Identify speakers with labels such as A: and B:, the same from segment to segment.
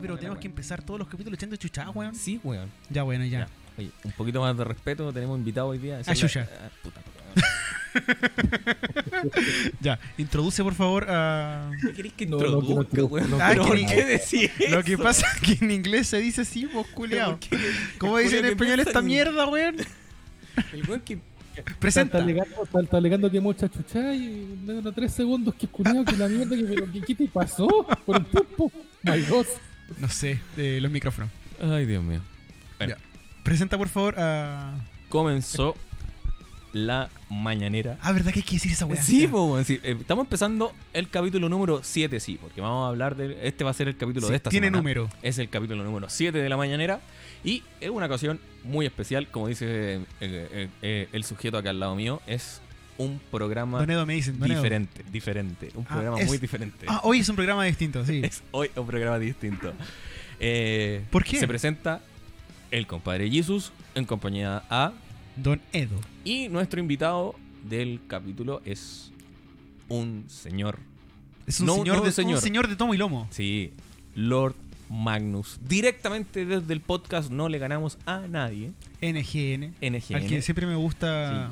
A: pero tenemos que empezar todos los capítulos echando chuchadas, weón.
B: Sí, weón.
A: Ya, bueno, ya.
B: Ya. Oye, un poquito más de respeto, tenemos invitado hoy día. Esa
A: Ah,
B: es la-
A: chucha.
B: Ah, puta, weón.
A: Ya, introduce por favor a.
B: ¿Qué querés que
C: No, no,
B: introduzca,
C: no, no,
B: weón?
C: no,
A: Ah,
B: No,
A: que-
B: ¿por qué decís
A: Lo que
B: eso?
A: pasa es que en inglés se dice así, vos culeado.
B: ¿Por qué?
A: ¿Cómo
B: El
A: dice en
B: culiao que
A: español
B: piensa
A: esta
B: en-
A: mierda, weón?
B: El weón que
C: Está,
A: Presenta.
C: está alegando, está, está alegando que mucha chucha y menos de tres segundos que culiao, que la mierda, que pero que- ¿qué te pasó? Por un tiempo. My God.
A: No sé, eh, los micrófonos.
B: Ay, Dios mío. Bueno.
A: Presenta por favor a.
B: Comenzó la mañanera.
A: Ah, ¿verdad que hay que decir esa weá?
B: Sí,
A: Ya.
B: po, weón, sí. Eh, estamos empezando el capítulo número 7, sí, porque vamos a hablar de. Este va a ser el capítulo
A: Sí,
B: de esta
A: tiene
B: semana.
A: número.
B: Es el capítulo número 7 de la mañanera. Y es una ocasión muy especial, como dice eh, eh, eh, el sujeto acá al lado mío. Es un programa
A: Don Edo me dicen, Don Edo.
B: diferente, diferente. Un
A: Ah,
B: programa
A: es-
B: muy diferente.
A: Ah, hoy es un programa distinto, sí.
B: Es hoy un programa distinto. Eh,
A: ¿Por qué?
B: Se presenta el compadre Jesus en compañía A.
A: Don Edo.
B: Y nuestro invitado del capítulo es un señor.
A: Es un
B: No,
A: señor
B: no,
A: de
B: señor.
A: un señor de tomo y lomo.
B: Sí, Lord Magnus. Directamente desde el podcast no le ganamos a nadie.
A: NGN.
B: NGN.
A: Al que siempre me gusta.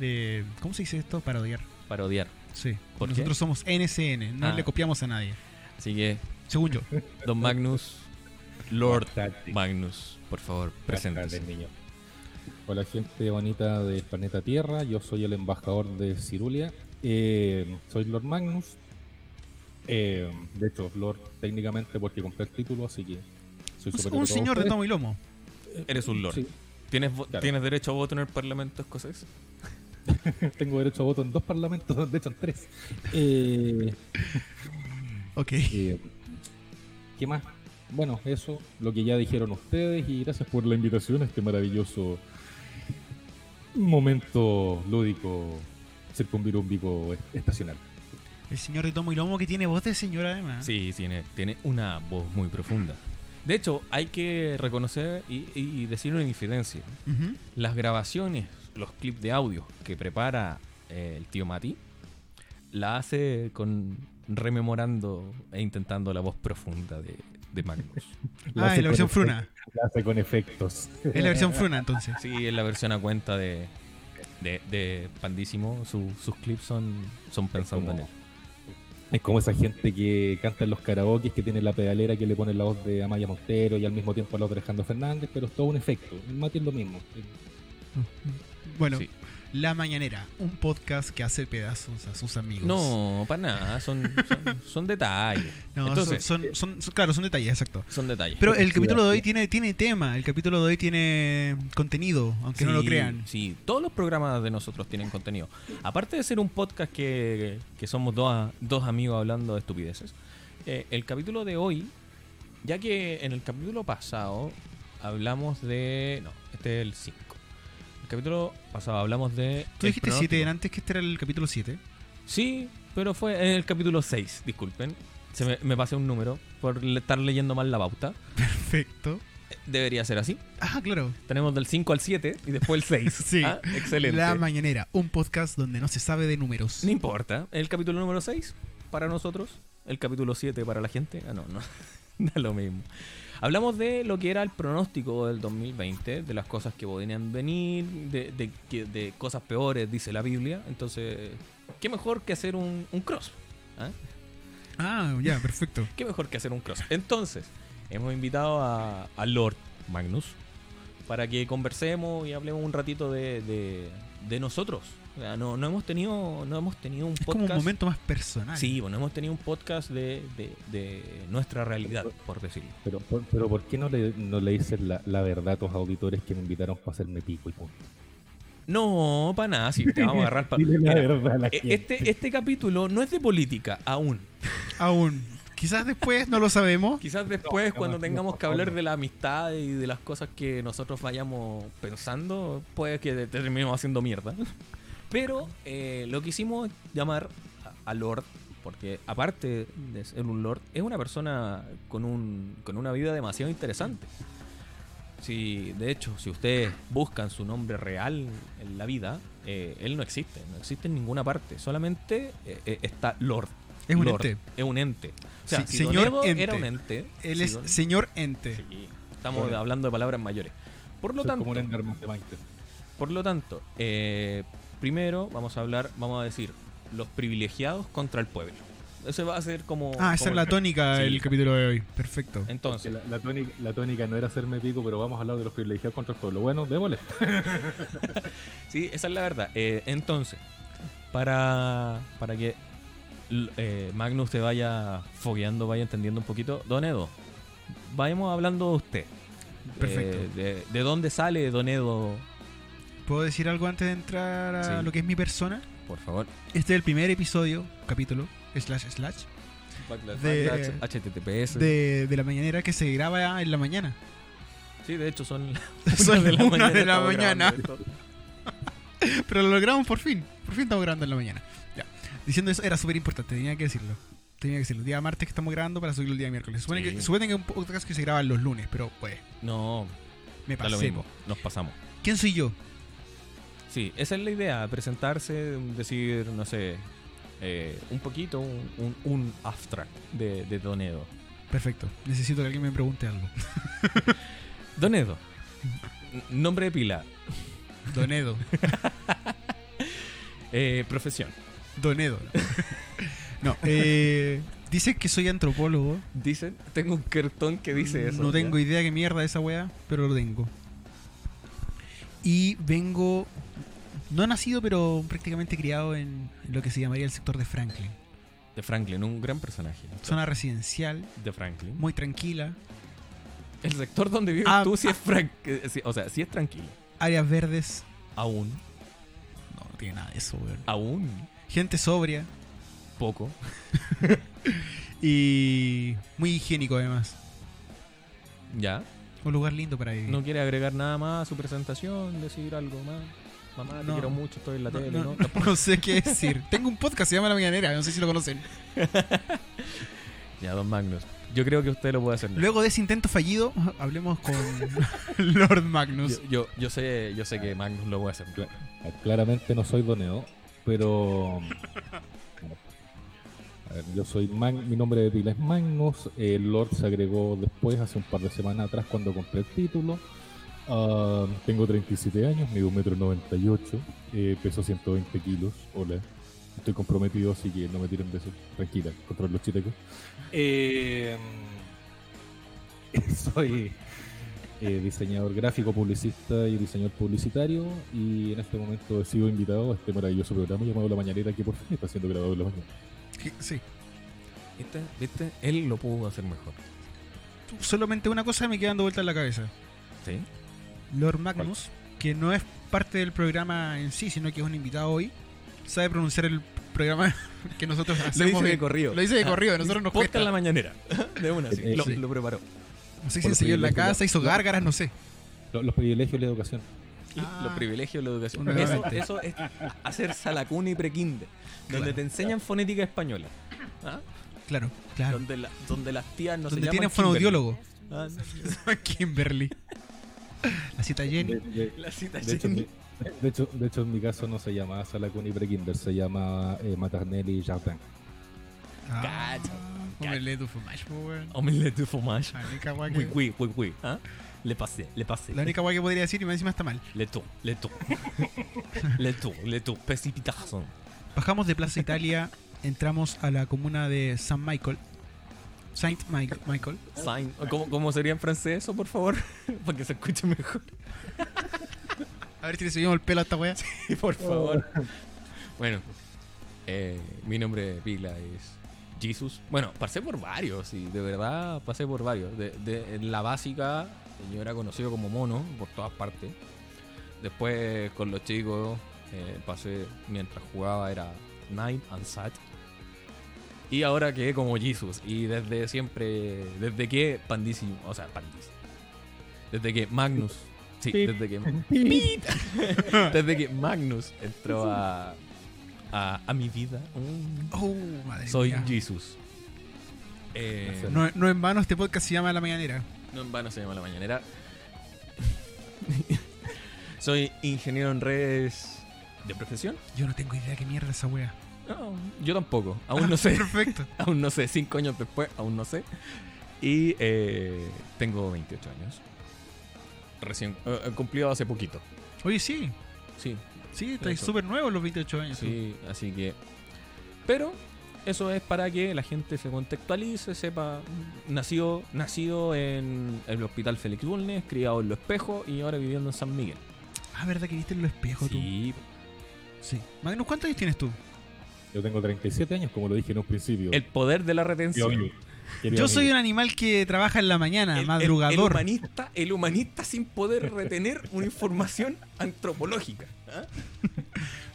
A: eh, ¿Cómo se dice esto? Parodiar.
B: Parodiar.
A: Sí.
B: ¿Por qué?
A: Nosotros somos NCN, no
B: Ah.
A: le copiamos a nadie.
B: Así que,
A: Según yo.
B: Don Magnus, Lord
C: Táctica.
B: Magnus, por favor, preséntese.
C: niño. Hola gente bonita del planeta Tierra, yo soy el embajador de Cirulia, Eh, soy Lord Magnus, Eh, de hecho Lord técnicamente porque compré el título, así que soy
A: Un-
C: superior
A: Un
C: a todos
A: señor de
C: ustedes.
A: tomo y lomo.
B: Eres un Lord. ¿Tienes, vo-
C: Claro.
B: ¿Tienes derecho a voto en el Parlamento escocés?
C: Sí, tengo derecho a voto en dos parlamentos, de hecho en tres. Eh,
A: Ok.
C: eh, ¿Qué más? Bueno, eso, lo que ya dijeron ustedes y gracias por la invitación a este maravilloso momento lúdico circunvirúmbico estacional.
A: El señor de tomo y lomo que tiene voz de señor además.
B: Sí, tiene, tiene una voz muy profunda. De hecho, hay que reconocer y, y decir una infidencia.
A: Ujú.
B: Las grabaciones, los clips de audio que prepara eh, el tío Mati, la hace con rememorando e intentando la voz profunda de, de Magnus.
C: La
A: Ah,
C: hace
A: es la versión
C: con efectos.
A: fruna.
C: La hace con efectos.
A: Es la versión fruna entonces.
B: Sí, es la versión a cuenta de, de, de Pandísimo. Su- sus clips son, son pensando en él.
C: Es como esa gente que canta en los karaokes, que tiene la pedalera que le pone la voz de Amaya Montero y al mismo tiempo la voz de Alejandro Fernández, pero es todo un efecto. El Mati es lo mismo.
A: Bueno,
B: Sí.
A: La Mañanera, un podcast que hace pedazos a sus amigos.
B: No, para nada, son, son, son detalles.
A: No, son-
B: Entonces- eh,
A: son, son- son- claro, son detalles, exacto.
B: Son detalles.
A: Pero el capítulo de hoy tiene, tiene tema, el capítulo de hoy tiene contenido, aunque no lo
B: Sí,
A: crean.
B: Sí, todos los programas de nosotros tienen contenido. Aparte de ser un podcast que, que somos dos, dos amigos hablando de estupideces, eh, el capítulo de hoy, ya que en el capítulo pasado hablamos de... No, este es el 5. El capítulo pasado hablamos de...
A: Tú
B: el
A: dijiste
B: pronóstico.
A: 7 antes que este era el capítulo 7.
B: Sí, pero fue en el capítulo 6, disculpen. Se me, me pasé un número por le- estar leyendo mal la pauta.
A: Perfecto.
B: Debería ser así.
A: Ah, claro.
B: Tenemos del 5 al 7 y después el 6.
A: Sí.
B: Ah, Excelente.
A: La Mañanera, un podcast donde no se sabe de números.
B: No importa. El capítulo número 6 para nosotros. El capítulo 7 para la gente. Ah, no, no. da lo mismo. Hablamos de lo que era el pronóstico del 2020, de las cosas que podían venir, de, de que- de cosas peores, dice la Biblia. Entonces, ¿qué mejor que hacer un, un cross? ¿Ah?
A: Ah, ya, perfecto.
B: ¿Qué mejor que hacer un cross? Entonces, hemos invitado a, a Lord Magnus para que conversemos y hablemos un ratito de, de- de nosotros. O sea, no, no hemos tenido, no hemos tenido un
A: Es como
B: podcast.
A: un momento más personal.
B: Sí, bueno, hemos tenido un podcast de, de- de nuestra realidad, por decirlo.
C: Pero, por- pero ¿por qué no le, no le dices la, la verdad a tus auditores que me invitaron para hacerme pico y punto?
B: No, para nada, sí, te vamos a agarrar para.
C: Dile la verdad a la gente.
B: Este, este capítulo no es de política aún.
A: Aún. Quizás después no lo sabemos.
B: Quizás después,
C: no,
B: cuando
C: no,
B: tengamos
C: por
B: que hablar
C: favor.
B: de la amistad y de las cosas que nosotros vayamos pensando, puede que terminemos haciendo mierda. Pero eh, lo quisimos llamar a, a Lord, porque aparte de ser un Lord, es una persona con, un, con una vida demasiado interesante. Si, de hecho, si ustedes buscan su nombre real en la vida, eh, él no existe, no existe en ninguna parte, solamente eh, eh, está Lord.
A: Es un
B: Lord,
A: ente.
B: Es un ente. O sea,
A: Sí,
B: si Don
A: señor
B: Evo
A: ente.
B: era un ente.
A: Él
B: si
A: es
B: Don-
A: señor ente.
B: Sí, estamos
C: Correcto.
B: hablando de palabras mayores. Por lo
C: Soy
B: tanto,
C: como un Enderman de Minecraft.
B: por lo tanto, eh, primero vamos a hablar, vamos a decir, los privilegiados contra el pueblo. Eso va a ser como.
A: Ah, esa
B: como
A: es la
B: el-
A: tónica
B: Sí.
A: del capítulo de hoy. Perfecto.
B: Entonces,
C: La, la tónica, la tónica no era hacerme pico, pero vamos a hablar de los privilegiados contra el pueblo. Bueno, démosle.
B: Sí, esa es la verdad. Eh, entonces, para, para que l- eh, Magnus te vaya fogueando, vaya entendiendo un poquito, Don Edo, vayamos hablando de usted.
A: Perfecto.
B: Eh, de, de dónde sale Don Edo?
A: ¿Puedo decir algo antes de entrar a
B: Sí.
A: lo que es mi persona?
B: Por favor.
A: Este es el primer episodio, capítulo, slash, slash, De-
B: Backlash, HTTPS.
A: de, de la mañanera que se graba en la mañana.
B: sí, de hecho son las
A: Son
B: una de la
A: una
B: mañana.
A: de la
B: estamos grabando
A: mañana.
B: esto.
A: Pero lo logramos por fin. Por fin estamos grabando en la mañana. Ya. Diciendo eso era súper importante, tenía que decirlo. Tenía que decirlo. El día martes que estamos grabando para subirlo el día miércoles. Supone
B: Sí.
A: que, supone que es un podcast que se graba los lunes, pero pues,
B: No,
A: me
B: está
A: pasé.
B: lo mismo.
A: po.
B: Nos pasamos.
A: ¿Quién soy yo?
B: Sí, esa es la idea, presentarse, decir, no sé, eh, un poquito, un, un, un abstract de, de Don Edo.
A: Perfecto. Necesito que alguien me pregunte algo.
B: Don Edo, n- nombre de pila,
A: Donedo.
B: eh, profesión.
A: Donedo. No, eh, dices que soy antropólogo.
B: Dicen, tengo un cartón que dice eso.
A: No tengo idea qué mierda es esa weá, pero lo tengo. Y vengo. No nacido, pero prácticamente criado en lo que se llamaría el sector de Franklin.
B: De Franklin, un gran personaje.
A: Zona residencial,
B: De Franklin.
A: muy tranquila.
B: El sector donde vives
A: Ah,
B: tú sí es fran- eh, sí, o sea, sí es tranquilo.
A: Áreas verdes.
B: Aún,
A: No, no tiene nada de eso, weón.
B: aún,
A: Gente sobria
B: poco.
A: y muy higiénico, además.
B: Ya.
A: Un lugar lindo para vivir.
B: No quiere agregar nada más a su presentación, decir algo más. Mamá, te
A: No.
B: quiero mucho, estoy en la
A: No,
B: tele,
A: no,
B: ¿no?
A: no- no sé qué decir. Tengo un podcast, se llama La Mañanera, no sé si lo conocen.
B: Ya, don Magnus. Yo creo que usted lo puede hacer.
A: Luego de ese intento fallido, hablemos con Lord Magnus.
B: Yo, yo, yo sé, yo sé que Magnus lo puede hacer.
C: Ah, Claramente no soy Doneo, pero. bueno. A ver, yo soy Mag- mi nombre de pila es Magnus. El Lord se agregó después, hace un par de semanas atrás, cuando compré el título. Ah, tengo 37 años, mido 1,98 m, eh, peso 120 kilos. Hola, estoy comprometido, así que no me tiren besos. Tranquila, control los chilacos. soy eh, diseñador gráfico, publicista y diseñador publicitario. Y en este momento he sido invitado a este maravilloso programa llamado La Mañanera, que por fin está siendo grabado en la mañana.
A: Sí.
B: ¿Viste? ¿Viste? Él lo pudo hacer mejor.
A: Solamente una cosa me queda dando vuelta en la cabeza.
B: ¿Sí?
A: Lord Magnus, que no es parte del programa en sí, sino que es un invitado hoy, sabe pronunciar el programa que nosotros hacemos.
B: de
A: bien.
B: corrido.
A: Lo dice de corrido, a nosotros nos
B: Podcast
A: cuesta.
B: en la mañanera. De una, sí.
C: Sí.
B: Lo,
A: Sí.
B: lo preparó.
A: No sé si
C: Por
A: enseñó en la
C: privilegio.
A: casa, hizo gárgaras, no sé.
C: Lo- los privilegios de la educación.
A: Ah.
B: Los privilegios de la educación. Eso,
A: Nuevamente.
B: eso es hacer salacuna y prekinder. Donde
A: Claro.
B: te enseñan fonética española. ¿ah?
A: Claro, claro.
B: Donde, la- donde las tías no se
A: Donde
B: llaman
A: tiene fonoaudiólogo.
B: Kimberly. Ah,
A: Kimberly. La cita Jenny.
C: De- de-
B: la cita
C: De hecho, en
B: Jenny.
C: mi- de, hecho, de hecho, en mi caso no se llamaba Salacuni Prekinder, se llamaba eh, Maternelli Jardin.
A: Ah,
B: Cacha, Oh,
A: Cómele tu fumash, po, weón.
B: Omelette de fromage.
A: La única weá
B: Oui,
A: que-
B: oui, oui, oui, ¿ah? Le pasé, le pasé.
A: La única weá que podría decir y me encima está mal.
B: Le tour, le tour. le tour, le tour. Precipitación.
A: Bajamos de Plaza Italia, entramos a la comuna de San Michael. Saint Mi- Michael.
B: Sign. ¿Cómo, ¿Cómo sería en francés eso, por favor? Para que se escuche mejor.
A: A ver si le subimos el pelo a esta weá.
B: Sí, por
C: Oh.
B: favor. Bueno, eh, mi nombre de pila es Jesus. Bueno, pasé por varios, y de verdad pasé por varios. De, de- en la básica, yo era conocido como mono por todas partes. Después con los chicos, eh, pasé mientras jugaba, era Nine and Sat. Y ahora quedé como Jesus. Y desde siempre, desde que Pandísimo, o sea, Pandísimo. Desde que Magnus. Sí,
C: Pip.
B: desde que desde que Magnus entró a, a, a mi vida, mm,
A: Oh, madre
B: soy
A: mía.
B: Jesus. Eh,
C: Gracias.
A: No, no en vano este podcast se llama La Mañanera.
B: no en vano se llama la mañanera. soy ingeniero en redes de profesión.
A: Yo no tengo idea qué mierda esa weá.
B: No, yo tampoco, aún no sé.
A: Perfecto.
B: aún no sé, cinco años después, aún no sé. Y eh, tengo 28 años. Recién eh, eh, cumplido hace poquito.
A: Oye, sí.
B: Sí,
A: Sí, estáis
B: Eso.
A: súper nuevos los 28 años.
B: sí, así que. Pero eso es para que la gente se contextualice, sepa. Nació, nacido en el hospital Félix Bulnes, criado en Lo Espejo y ahora viviendo en San Miguel.
A: Ah, ¿verdad que viste en los espejos
B: Sí,
A: tú? Sí. Magnus, ¿cuántos años tienes tú?
C: Yo tengo 37 años, como lo dije en un principio.
B: el poder de la retención.
C: Querido amigo, querido
A: Yo soy
C: amigo.
A: un animal que trabaja en la mañana,
B: El- el- El,
A: madrugador.
B: humanista, el humanista sin poder retener una información antropológica. ¿ah?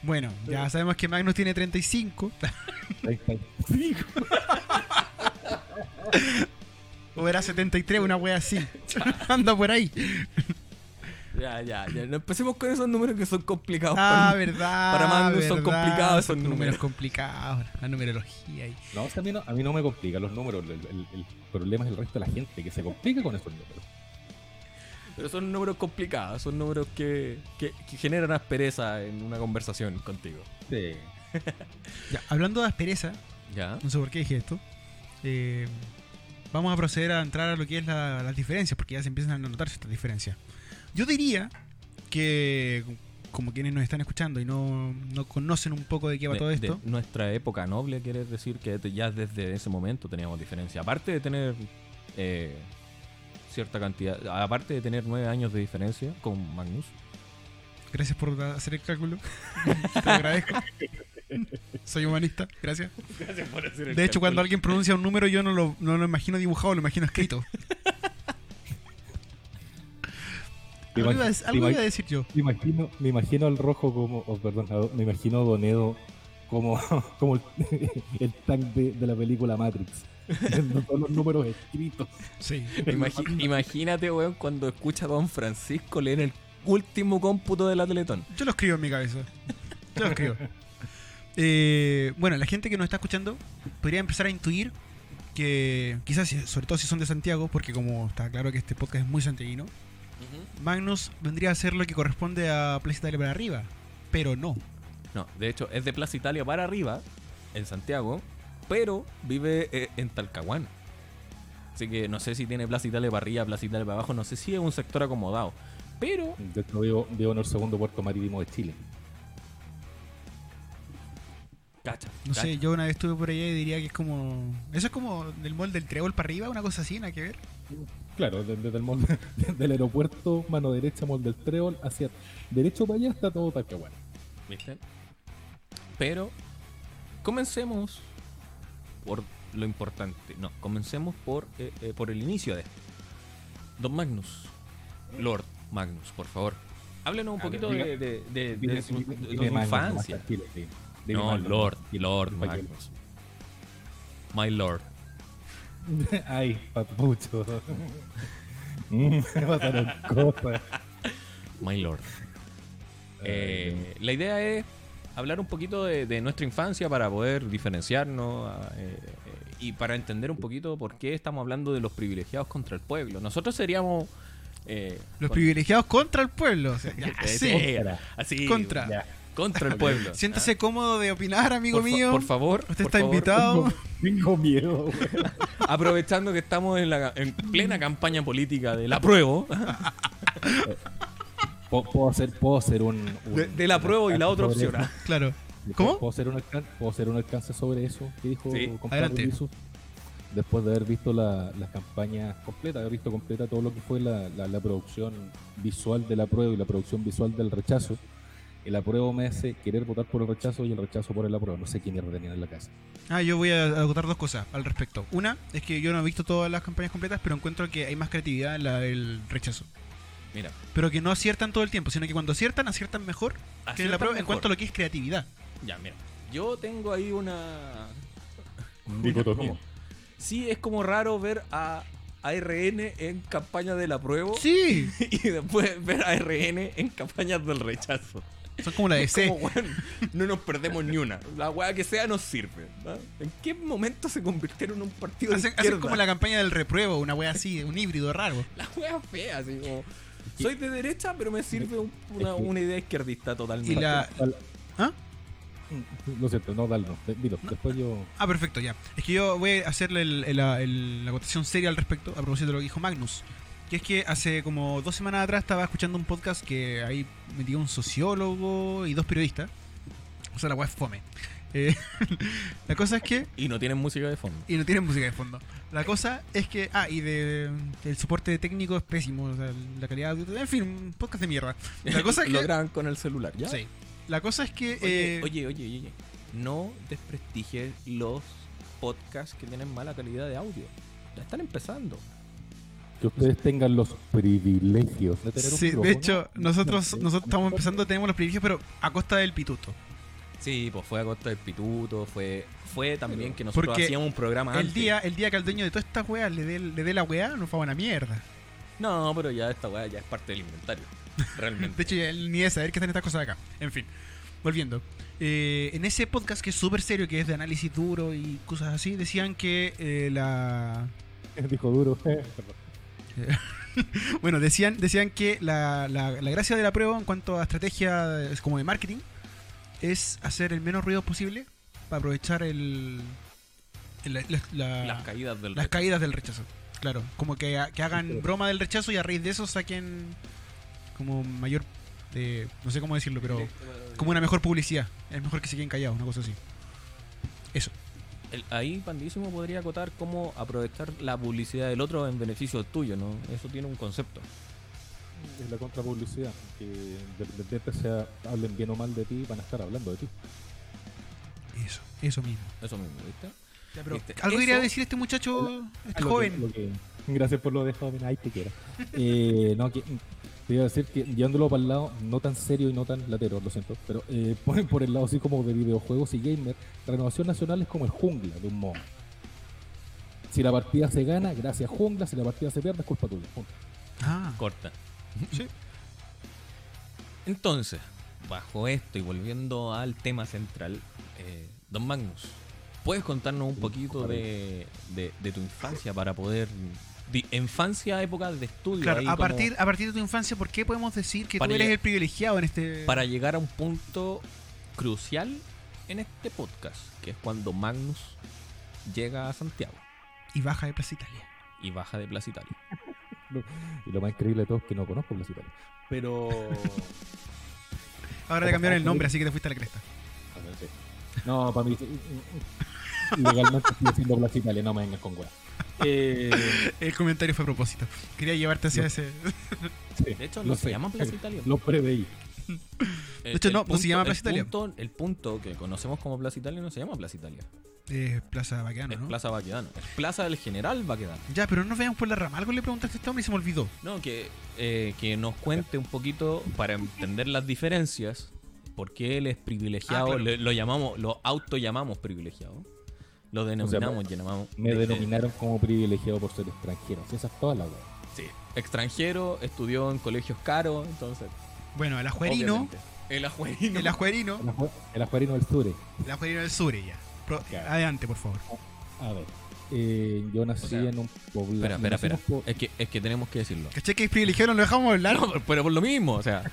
A: bueno, ya sabemos que Magnus tiene 35.
C: Ahí está. Sí,
A: o era 73, una wea así. Anda por ahí.
B: Ya, ya, ya. No empecemos con esos números que son complicados.
A: Ah,
B: para-
A: verdad.
B: para Magnus son
A: verdad,
B: complicados esos
A: son
B: números.
A: complicados. La numerología. Y...
C: No, o sea, a, mí no, a mí no me complica los números. El, el- el problema es el resto de la gente que se complica con esos números.
B: Pero son números complicados, son números que, que, que generan aspereza en una conversación contigo.
C: Sí.
A: Ya, hablando de aspereza,
B: Ya.
A: no sé por qué dije esto. eh, vamos a proceder a entrar a lo que es la- las diferencias, porque ya se empiezan a notar ciertas diferencias. Yo diría que, como quienes nos están escuchando y no, no conocen un poco de qué va todo esto,
B: nuestra época noble, quieres decir que te- ya desde ese momento teníamos diferencia. Aparte de tener eh, cierta cantidad, aparte de tener nueve años de diferencia con Magnus.
A: gracias por hacer el cálculo. Te lo agradezco. Soy humanista, gracias. De hecho, cuando alguien pronuncia un número, yo no lo, no lo imagino dibujado, lo imagino escrito.
C: Te
A: Algo
C: imag-
A: iba a,
C: te
A: algo
C: imag-
A: iba a decir yo.
C: Me imagino, me imagino al rojo como, oh, perdón, a- me imagino a Donedo como, como el, el tag de, de la película Matrix. Viendo todos los números escritos.
A: Sí.
B: Imagi- imagínate, weón, cuando escucha a Don Francisco leer el último cómputo de la Teletón.
A: Yo lo escribo en mi cabeza. Yo lo escribo. Eh, bueno, la gente que nos está escuchando podría empezar a intuir que quizás, si- sobre todo si son de Santiago, porque como está claro que este podcast es muy santiaguino, Magnus vendría a ser lo que corresponde a Plaza Italia para arriba, pero no.
B: No, de hecho, es de Plaza Italia para arriba, en Santiago, pero vive eh, en Talcahuano. Así que no sé si tiene Plaza Italia para arriba, Plaza Italia para abajo, no sé si es un sector acomodado. Pero,
C: Yo esto vivo, vivo en el segundo puerto marítimo de Chile.
B: cacha.
A: No
B: cacha.
A: sé, yo una vez estuve por allá y diría que es como. Eso es como del mall del Trébol para arriba, una cosa así, nada que ver.
C: Claro, desde, el mall- desde el aeropuerto, mano derecha, mall del Trébol, hacia derecho para allá está todo Talcahuano.
B: ¿Viste? Pero comencemos por lo importante. No, comencemos por, eh, eh, por el inicio de esto. Don Magnus, Lord Magnus, por favor. Háblenos un
C: A ver,
B: poquito
C: Ah, diga-
B: de, de- de- de
C: Dile-
B: su,
C: dile-
B: de
C: dile
B: su
C: Magnus, nomás,
B: infancia.
C: tranquilo, sí. Dile
B: No,
C: Magnus,
B: Lord,
C: tranquilo,
B: Lord
C: tranquilo.
B: Magnus. My Lord.
C: Ay, papucho. Mm, Me pasaron cosas.
B: My Lord. Eh, la idea es hablar un poquito de, de nuestra infancia para poder diferenciarnos ah, eh, eh, y para entender un poquito por qué estamos hablando de los privilegiados contra el pueblo. Nosotros seríamos... eh,
A: Los
B: con-
A: privilegiados contra el pueblo. o sea, ya,
B: eh,
A: sí.
B: sí,
C: Contra.
B: así,
A: Contra.
C: Ya.
B: contra el pueblo.
A: Siéntase cómodo de opinar, amigo
B: Por fa-
A: mío.
B: Por favor.
A: Usted
B: por
A: está
B: favor,
A: invitado.
C: Tengo miedo, güey.
B: Aprovechando que estamos en, la, en plena campaña política del apruebo.
C: Po- Puedo hacer, puedo hacer un. un-
B: De- del apruebo y la otra
C: sobre
B: opción. ¿ah?
C: eso.
A: Claro.
C: ¿Puedo-
A: ¿Cómo?
C: ¿Puedo hacer, un alcance, ¿Puedo hacer un alcance sobre eso que dijo
B: Sí,
C: compadre
A: adelante.
C: Lizu? Después de haber visto la, las campañas completas, haber visto completa todo lo que fue la, la- la producción visual del apruebo y la producción visual del rechazo, el apruebo me hace querer votar por el rechazo y el rechazo por el apruebo. No sé quién mierda tenía en la casa.
A: Ah, yo voy a agotar dos cosas al respecto. Una es que yo no he visto todas las campañas completas, pero encuentro que hay más creatividad en la del rechazo.
B: Mira.
A: Pero que no aciertan todo el tiempo, sino que cuando aciertan, aciertan mejor que en la
B: aciertan
A: prueba en
B: mejor.
A: cuanto a lo que es creatividad.
B: Ya, mira. Yo tengo ahí una.
C: Dicotomía.
B: ¿Cómo? Sí, es como raro ver a ARN en campaña del apruebo
A: Sí,
B: y después ver a ARN en campañas del rechazo.
A: son como la de
B: Es
A: C.
B: como, weón, no nos perdemos ni una. La weá que sea nos sirve. ¿no? ¿En qué momento se convirtieron en un partido de
A: Hacen, hacen
B: izquierda?
A: como la campaña del repruebo, una wea así, un híbrido raro.
B: La weá fea, así como. Soy de derecha, pero me sirve un- una,
C: Es que-
B: una idea izquierdista totalmente.
A: Y la-
C: Fal-
A: ¿Ah?
C: Lo siento, no, Dal no. De- dilo, después yo.
A: Ah, perfecto, ya. Es que yo voy a hacerle el- el- la- el- la acotación seria al respecto, a propósito de lo que dijo Magnus. Que es que hace como dos semanas atrás estaba escuchando un podcast que ahí metía un sociólogo y dos periodistas. O sea, la web fome. Eh, la cosa es que.
B: Y no tienen música de fondo.
A: Y no tienen música de fondo. La cosa es que. Ah, y de, el soporte técnico es pésimo. O sea, la calidad. En fin, un podcast de mierda. La cosa es
B: Lo
A: que.
B: graban con el celular, ¿ya?
A: Sí. La cosa es que.
B: Oye,
A: eh,
B: oye, oye, oye, oye. No desprestigies los podcasts que tienen mala calidad de audio. Ya están empezando.
C: Que ustedes tengan los privilegios de tener un
A: Sí, de
C: micrófono.
A: hecho, nosotros,
C: No, sí.
A: nosotros estamos empezando, tenemos los privilegios, pero a costa del pituto.
B: Sí, pues fue a costa del pituto, fue, fue también que nosotros
A: Porque
B: hacíamos un programa
A: El
B: antes.
A: día, el día que al dueño de todas estas weas le dé le dé la wea, nos fue a una mierda.
B: No, pero ya esta weá ya es parte del inventario. Realmente.
A: De hecho, ya él ni de saber que están estas cosas acá. En fin, volviendo. Eh, en ese podcast que es súper serio, que es de análisis duro y cosas así, decían que eh, la.
C: Dijo duro.
A: Bueno, decían, decían que la, la- la gracia de la prueba en cuanto a estrategia es como de marketing es hacer el menos ruido posible para aprovechar el. el- la- la-
B: Las caídas del
A: Las
B: resto.
A: caídas del rechazo. Claro, como que, que hagan broma del rechazo y a raíz de eso saquen como mayor, eh, no sé cómo decirlo, pero como una mejor publicidad. Es mejor que se queden callados, una cosa así.
B: El- ahí Pandísimo podría acotar cómo aprovechar la publicidad del otro en beneficio tuyo, ¿no? Eso tiene un concepto.
C: Es la contrapublicidad. Que independiente este sea, hablen bien o mal de ti, van a estar hablando de ti.
A: Eso, eso mismo.
B: Eso mismo, ¿viste? ¿Viste?
A: Algo
B: Eso-
A: quería decir este muchacho, este
C: Lo que-
A: joven.
C: lo que- gracias por lo de joven, ahí te quiero. Eh, no, que, te iba a decir que llevándolo para el lado, no tan serio y no tan latero, lo siento, pero eh, ponen por el lado así como de videojuegos y gamer, renovación nacional es como el jungla de un modo. Si la partida se gana, gracias jungla, si la partida se pierde, es culpa tuya. punto.
A: Ah,
B: Corta.
A: Sí.
B: Entonces, bajo esto y volviendo al tema central, eh, Don Magnus, ¿puedes contarnos un poquito de, de- de tu infancia para poder... di- infancia, época de estudio.
A: claro,
B: ahí
A: a
B: como
A: partir, a partir de tu infancia, ¿por qué podemos decir que tú
B: Para
A: eres
B: ella-
A: el privilegiado en este.
B: Para llegar a un punto crucial en este podcast, que es cuando Magnus llega a Santiago
A: Y baja de Plaza Italia.
B: y baja de Plaza Italia.
C: Y lo más increíble de todo es que no conozco Plaza Italia.
B: Pero...
A: Ahora le cambiaron el nombre, así que te fuiste a la cresta.
B: Ah,
C: No, para mí, legalmente estoy diciendo Plaza Italia, no me vengas con weá.
B: Eh,
A: El comentario fue a propósito. Quería llevarte hacia
C: No.
A: ese.
C: Sí,
B: De hecho,
C: lo
B: no se
C: sé.
B: llama Plaza Italia.
C: Lo preveí.
B: De
A: hecho, no, no se llama Plaza Italia.
B: Punto, el punto que conocemos como Plaza Italia no se llama Plaza Italia.
A: eh, Plaza Baquedano,
B: es
A: ¿no?
B: Plaza Baquedano. Es Plaza del General Baquedano.
A: Ya, pero no nos veamos por la rama. Algo le preguntaste a este hombre y se me olvidó.
B: No, que, eh, que nos cuente un poquito para entender las diferencias. Por qué él es privilegiado.
A: Ah, claro.
B: le- lo llamamos, lo auto llamamos privilegiado. Lo denominamos, llamamos.
C: Me
B: eh,
C: denominaron como privilegiado por ser extranjero. Sí, esa es toda la weá.
B: eh, sí, extranjero, estudió en colegios caros, entonces.
A: Bueno, el ajuerino.
B: obviamente. El ajuerino.
A: El ajuerino.
C: El ajue- El ajuarino del Sure.
A: El ajuerino del sur ya. Pro-
C: Claro.
A: Adelante, por favor.
C: A ver. eh, yo nací
B: O sea,
C: en un poblado.
B: Espera, espera,
C: nací en
B: espera.
C: un po-
B: Es que, es que tenemos que decirlo.
A: ¿Caché que es privilegiado? No lo dejamos hablar.
B: No, pero por lo mismo, o sea,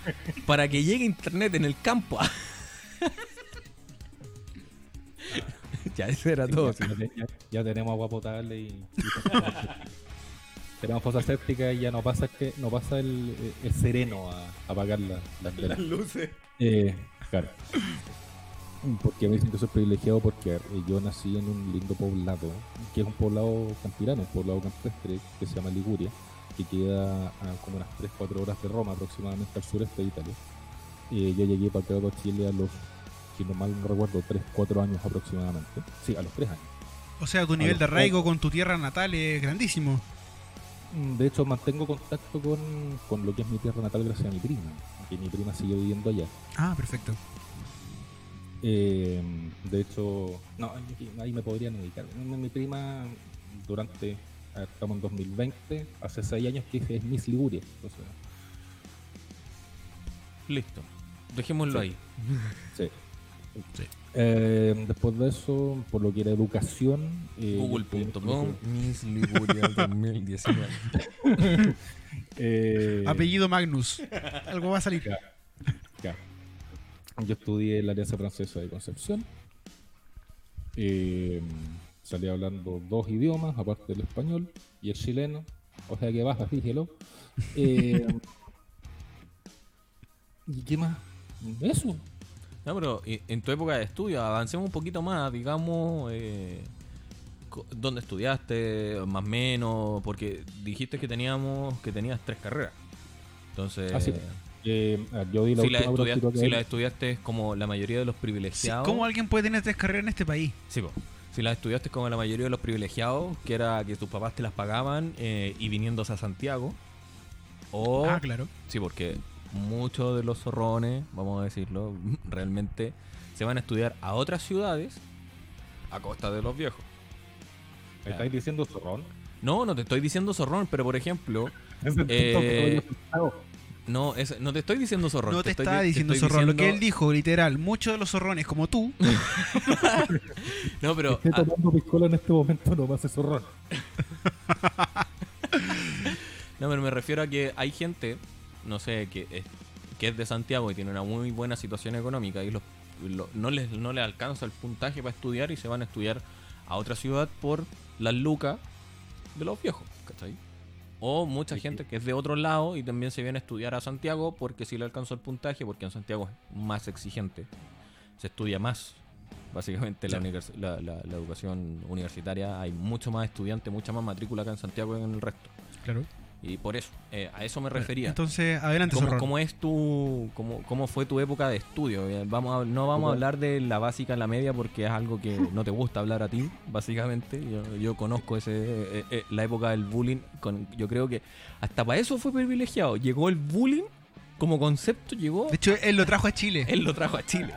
B: para que llegue internet en el campo. ya, ese era todo. sí.
C: ya, ya- ya tenemos agua potable y. y- tenemos fosa séptica y ya no pasa que no pasa el, el sereno a, a apagar la- las velas.
B: luces.
C: Eh, claro. Porque me siento soy privilegiado porque eh, yo nací en un lindo poblado, que es un poblado campirano, un poblado campestre que se llama Liguria, que queda a como unas 3-4 horas de Roma aproximadamente al sureste de Italia. Eh, yo llegué para acá para Chile a los, si no mal no recuerdo, 3-4 años aproximadamente. Sí, a los 3 años.
A: O sea, tu nivel de arraigo con tu tierra natal es grandísimo.
C: Mm, De hecho, mantengo contacto con, con lo que es mi tierra natal gracias a mi prima, que mi prima sigue viviendo allá.
A: Ah, perfecto.
C: Eh, de hecho, no, ahí me podrían ubicar. Mi mi prima, durante, a ver, estamos en 2020, hace 6 años que es Miss Liguria. entonces,
B: Listo. Dejémoslo
C: Sí.
B: ahí.
C: sí.
A: Sí.
C: Eh, después de eso, por lo que era educación, eh,
B: Google.com Miss Liguria 2019.
C: eh,
A: Ah, Apellido Magnus. Algo va a salir.
C: ya. Yo estudié en la Alianza Francesa de Concepción. Eh, salí hablando dos idiomas, aparte del español y el chileno. O sea que baja, fíjelo. Eh, ¿Y qué más? Eso.
B: No, pero eh, en tu época de estudio, avancemos un poquito más, digamos, eh, co- dónde estudiaste, más o menos, porque dijiste que teníamos, que tenías tres carreras. Entonces,
C: Ah, sí. Eh, a ver, yo di la
B: si, las
C: última
B: estudias-
C: práctica que
B: si
C: hay.
B: las estudiaste como la mayoría de los
A: Sí,
B: privilegiados.
A: ¿Cómo alguien puede tener tres carreras en este país?
B: Sí, po. Si las estudiaste como la mayoría de los privilegiados, que era que tus papás te las pagaban eh, y viniéndose a Santiago. O,
A: Ah, claro.
B: sí, porque muchos de los zorrones, vamos a decirlo, realmente se van a estudiar a otras ciudades a costa de los viejos.
C: ¿Me estáis diciendo zorrón?
B: No, no te estoy diciendo zorrón, pero por ejemplo,
C: Es el
B: Eh, ah,
C: punto que yo pensaba.
B: no, es- no te estoy diciendo zorrón.
A: No te,
B: estoy
A: estaba
B: di- te
A: diciendo
B: estoy
A: zorrón. Lo que
B: diciendo-
A: él dijo, literal, muchos de los zorrones como tú.
B: No, pero
C: Estoy
B: ah,
C: tomando piscola en este momento, no más es zorrón.
B: No, pero me refiero a que hay gente, no sé, que es, que es de Santiago y tiene una muy buena situación económica y los, lo- no, les, no les alcanza el puntaje para estudiar y se van a estudiar a otra ciudad por las lucas de los viejos, ¿cachai? O mucha gente que es de otro lado y también se viene a estudiar a Santiago porque sí le alcanzó el puntaje, porque en Santiago es más exigente, se estudia más. Básicamente la, univers- la- la- la educación universitaria hay mucho más estudiantes, mucha más matrícula acá en Santiago que en el resto.
A: Claro.
B: Y por eso, eh, a eso me refería.
A: Entonces, adelante,
B: ¿Cómo,
A: zorrón.
B: cómo es tu, cómo, cómo fue tu época de estudio? Eh, Vamos a- no vamos a hablar de la básica, la media, porque es algo que no te gusta hablar a ti, básicamente. Yo, yo conozco ese, eh, eh, la época del bullying. Con, yo creo que hasta para eso fue privilegiado. Llegó el bullying como concepto, llegó.
A: De hecho, él lo trajo a Chile
B: Él lo trajo a Chile.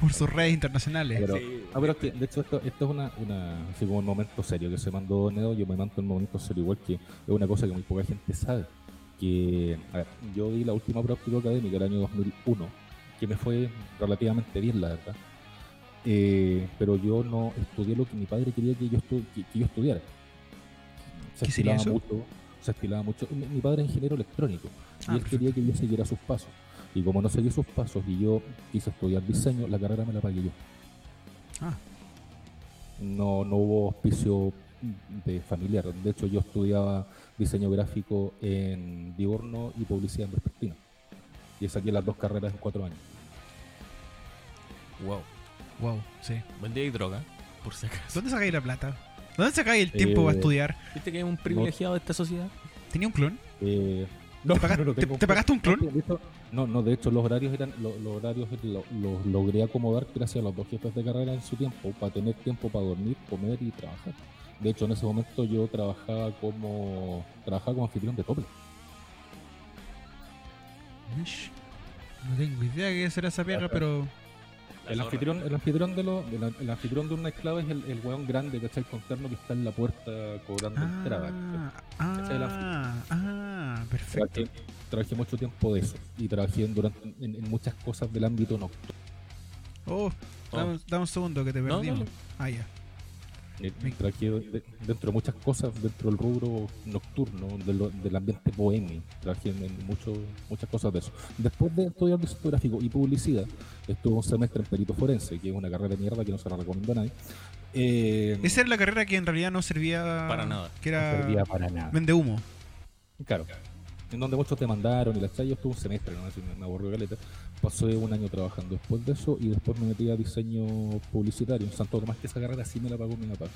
A: por sus redes internacionales.
C: Pero, ah, pero es que, de hecho, esto, esto es una, una, así como un momento serio que se mandó Nedo. Yo me mando un momento serio, igual que es una cosa que muy poca gente sabe. Que, a ver, yo di la última práctica académica el año 2001, que me fue relativamente bien, la verdad. Eh, pero yo no estudié lo que mi padre quería que yo, estu- que, que yo estudiara. Se
A: ¿Qué sería
C: estilaba
A: eso?
C: mucho. Se estilaba mucho. Mi, mi padre es ingeniero electrónico y
A: Ah,
C: él quería que yo siguiera sus pasos. Y como no seguí sus pasos y yo quise estudiar diseño, la carrera me la pagué yo
A: Ah,
C: no, no hubo auspicio de familiar. De hecho, yo estudiaba diseño gráfico en Diurno y publicidad en Vespertino. Y saqué las dos carreras en cuatro años.
B: Wow.
A: wow, sí.
B: Buen día y droga, por si acaso.
A: ¿Dónde sacáis la plata? ¿Dónde sacáis el tiempo
C: Eh,
A: para estudiar?
B: ¿Viste que es un privilegiado de esta sociedad?
A: ¿Tenía un clon?
C: Eh, no,
A: ¿Te, pagaste-
C: no lo
A: te-
C: tengo.
A: te pagaste un clon?
C: De hecho, No, no, de hecho los horarios eran lo- los horarios lo- los logré acomodar gracias a los dos jefes de carrera en su tiempo, para tener tiempo para dormir, comer y trabajar. De hecho, en ese momento yo trabajaba como trabajaba como anfitrión de tople.
A: Mish. No tengo idea de qué será esa pega,
C: Ajá.
A: pero.
C: El anfitrión, el anfitrión de los, el, el anfitrión de una esclava es el, el weón grande, ¿cachai? Con terno que está en la puerta cobrando entrada. ¿cachai?
A: Ah, ah, ah, perfecto.
C: Trabajé, trabajé mucho tiempo de eso y trabajé en, durante, en, en muchas cosas del ámbito nocturno.
A: Oh, dame, un- dame un segundo que te
B: No,
A: perdimos.
B: dale.
A: Ah, ya.
C: Eh, Trabajé de- dentro de muchas cosas, dentro del rubro nocturno, de lo- del ambiente bohemio. Trabajé en, en mucho- muchas cosas de eso. Después de estudiar diseño gráfico y publicidad, estuve un semestre en perito forense, que es una carrera de mierda que no se la recomiendo a nadie. Eh,
A: Esa era la carrera que en realidad no servía.
B: Para nada.
A: Que
C: no
A: era.
C: servía para nada.
A: Vende humo.
C: Claro. En donde muchos te mandaron y la chaya, yo estuve un semestre, ¿no? Así me- me aburrió caleta. Pasé un año trabajando después de eso y después me metí a diseño publicitario en Santo Tomás, que esa carrera sí me la pagó mi papá.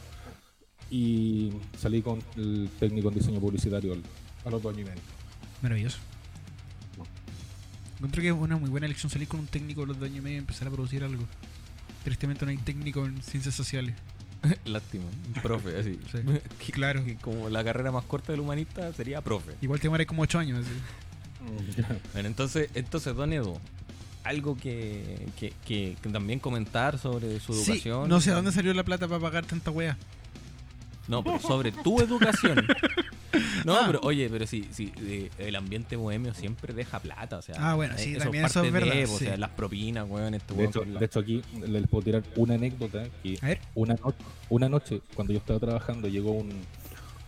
C: Y salí con el técnico en diseño publicitario al- a los dos años y medio.
A: Maravilloso.
C: No.
A: Encuentro que es una muy buena elección salir con un técnico a los dos años y medio y empezar a producir algo. Tristemente no hay técnico en ciencias sociales.
B: Lástima. Profe, así.
A: Sí.
B: Que-
A: Claro.
B: que Como la carrera más corta del humanista sería profe.
A: Igual te mueres como 8 años. así.
B: Bueno, entonces, entonces Don Edu, algo que, que, que- que también comentar sobre su
A: Sí,
B: educación.
A: no sé a dónde salió la plata para pagar tanta wea.
B: No, pero sobre tu educación. No,
A: Ah.
B: pero oye, pero sí, sí, eh, el ambiente bohemio siempre deja plata, o sea.
A: Ah, bueno, sí, también eso es
B: parte
A: verdad,
B: de, o
A: sí.
B: sea, las propinas, weón, este
C: De
B: weón
C: hecho,
B: por la-
C: de hecho, aquí les puedo tirar una anécdota que
A: A ver.
C: una, no- una noche, cuando yo estaba trabajando, llegó un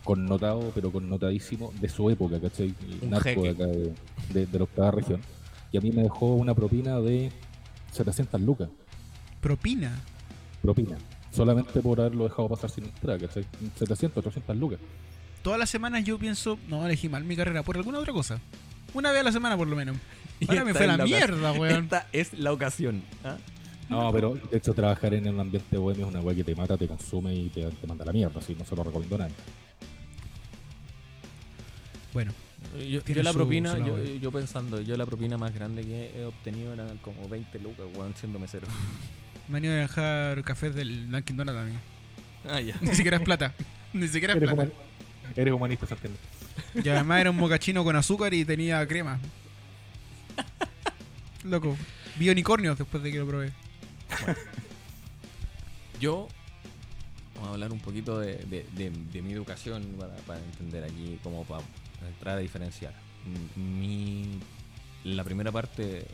C: connotado, pero connotadísimo de su época, ¿cachai?
B: Un
C: Narco
B: jeque.
C: de acá de, de- de la octava región. Y a mí me dejó una propina de 700 lucas.
A: Propina.
C: Propina. Solamente por haberlo dejado pasar sin entrada, ¿cachai? 700, 800 lucas.
A: Todas las semanas yo pienso, no, elegí mal mi carrera por alguna otra cosa. Una vez a la semana por lo menos.
B: Y
A: Ahora me
B: esta
A: fue
B: es
A: la,
B: la ocasión.
A: mierda, weón.
B: Esta es la ocasión. ¿ah?
C: No, pero de hecho trabajar en un ambiente bohemio es una weá que te mata, te consume y te, te manda a la mierda, así no se lo recomiendo a nadie.
A: Bueno,
B: Yo,
A: Tiene
B: yo la
A: su-
B: propina,
A: su
B: yo,
A: labor.
B: yo pensando, yo la propina más grande que he obtenido era como 20 lucas, weón, siendo mesero.
A: me han ido a dejar cafés del Dunkin' Donut a mí.
B: Ah, ya.
A: Ni siquiera es plata. Ni siquiera es
C: Eres,
A: plata.
C: human- eres humanista, se entiende.
A: Y además era un mocachino con azúcar y tenía crema. Loco. Vi unicornios después de que lo probé.
B: Yo. Vamos a hablar un poquito de, de- de- de mi educación para, para entender aquí, como para entrar a diferenciar. M- Mi. La primera parte.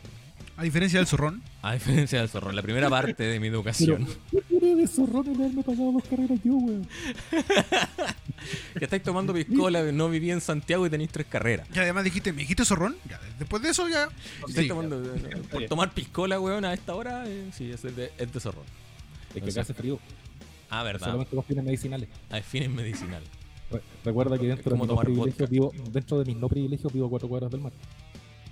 A: A diferencia del zorrón,
B: A diferencia del zorro, la primera parte de mi educación.
C: ¿Qué tiene de zorrón el haberme pagado dos carreras yo, weón?
B: Ya estáis tomando piscola, no viví en Santiago y tenéis tres carreras.
A: y además dijiste, ¿me dijiste zorrón? Ya, después de eso ya. Sí.
B: Estáis tomando- eh, por tomar piscola, weón, a esta hora, eh, sí, es de, es de zorro.
C: Es que acá hace frío,
B: Ah, verdad.
C: solamente con fines medicinales.
B: A fines medicinal.
C: Re- Recuerda que dentro de,
B: como
C: mis no
B: tomar
C: privilegios
B: vodka.
C: vivo, dentro de mis no privilegios vivo a cuatro cuadras del mar.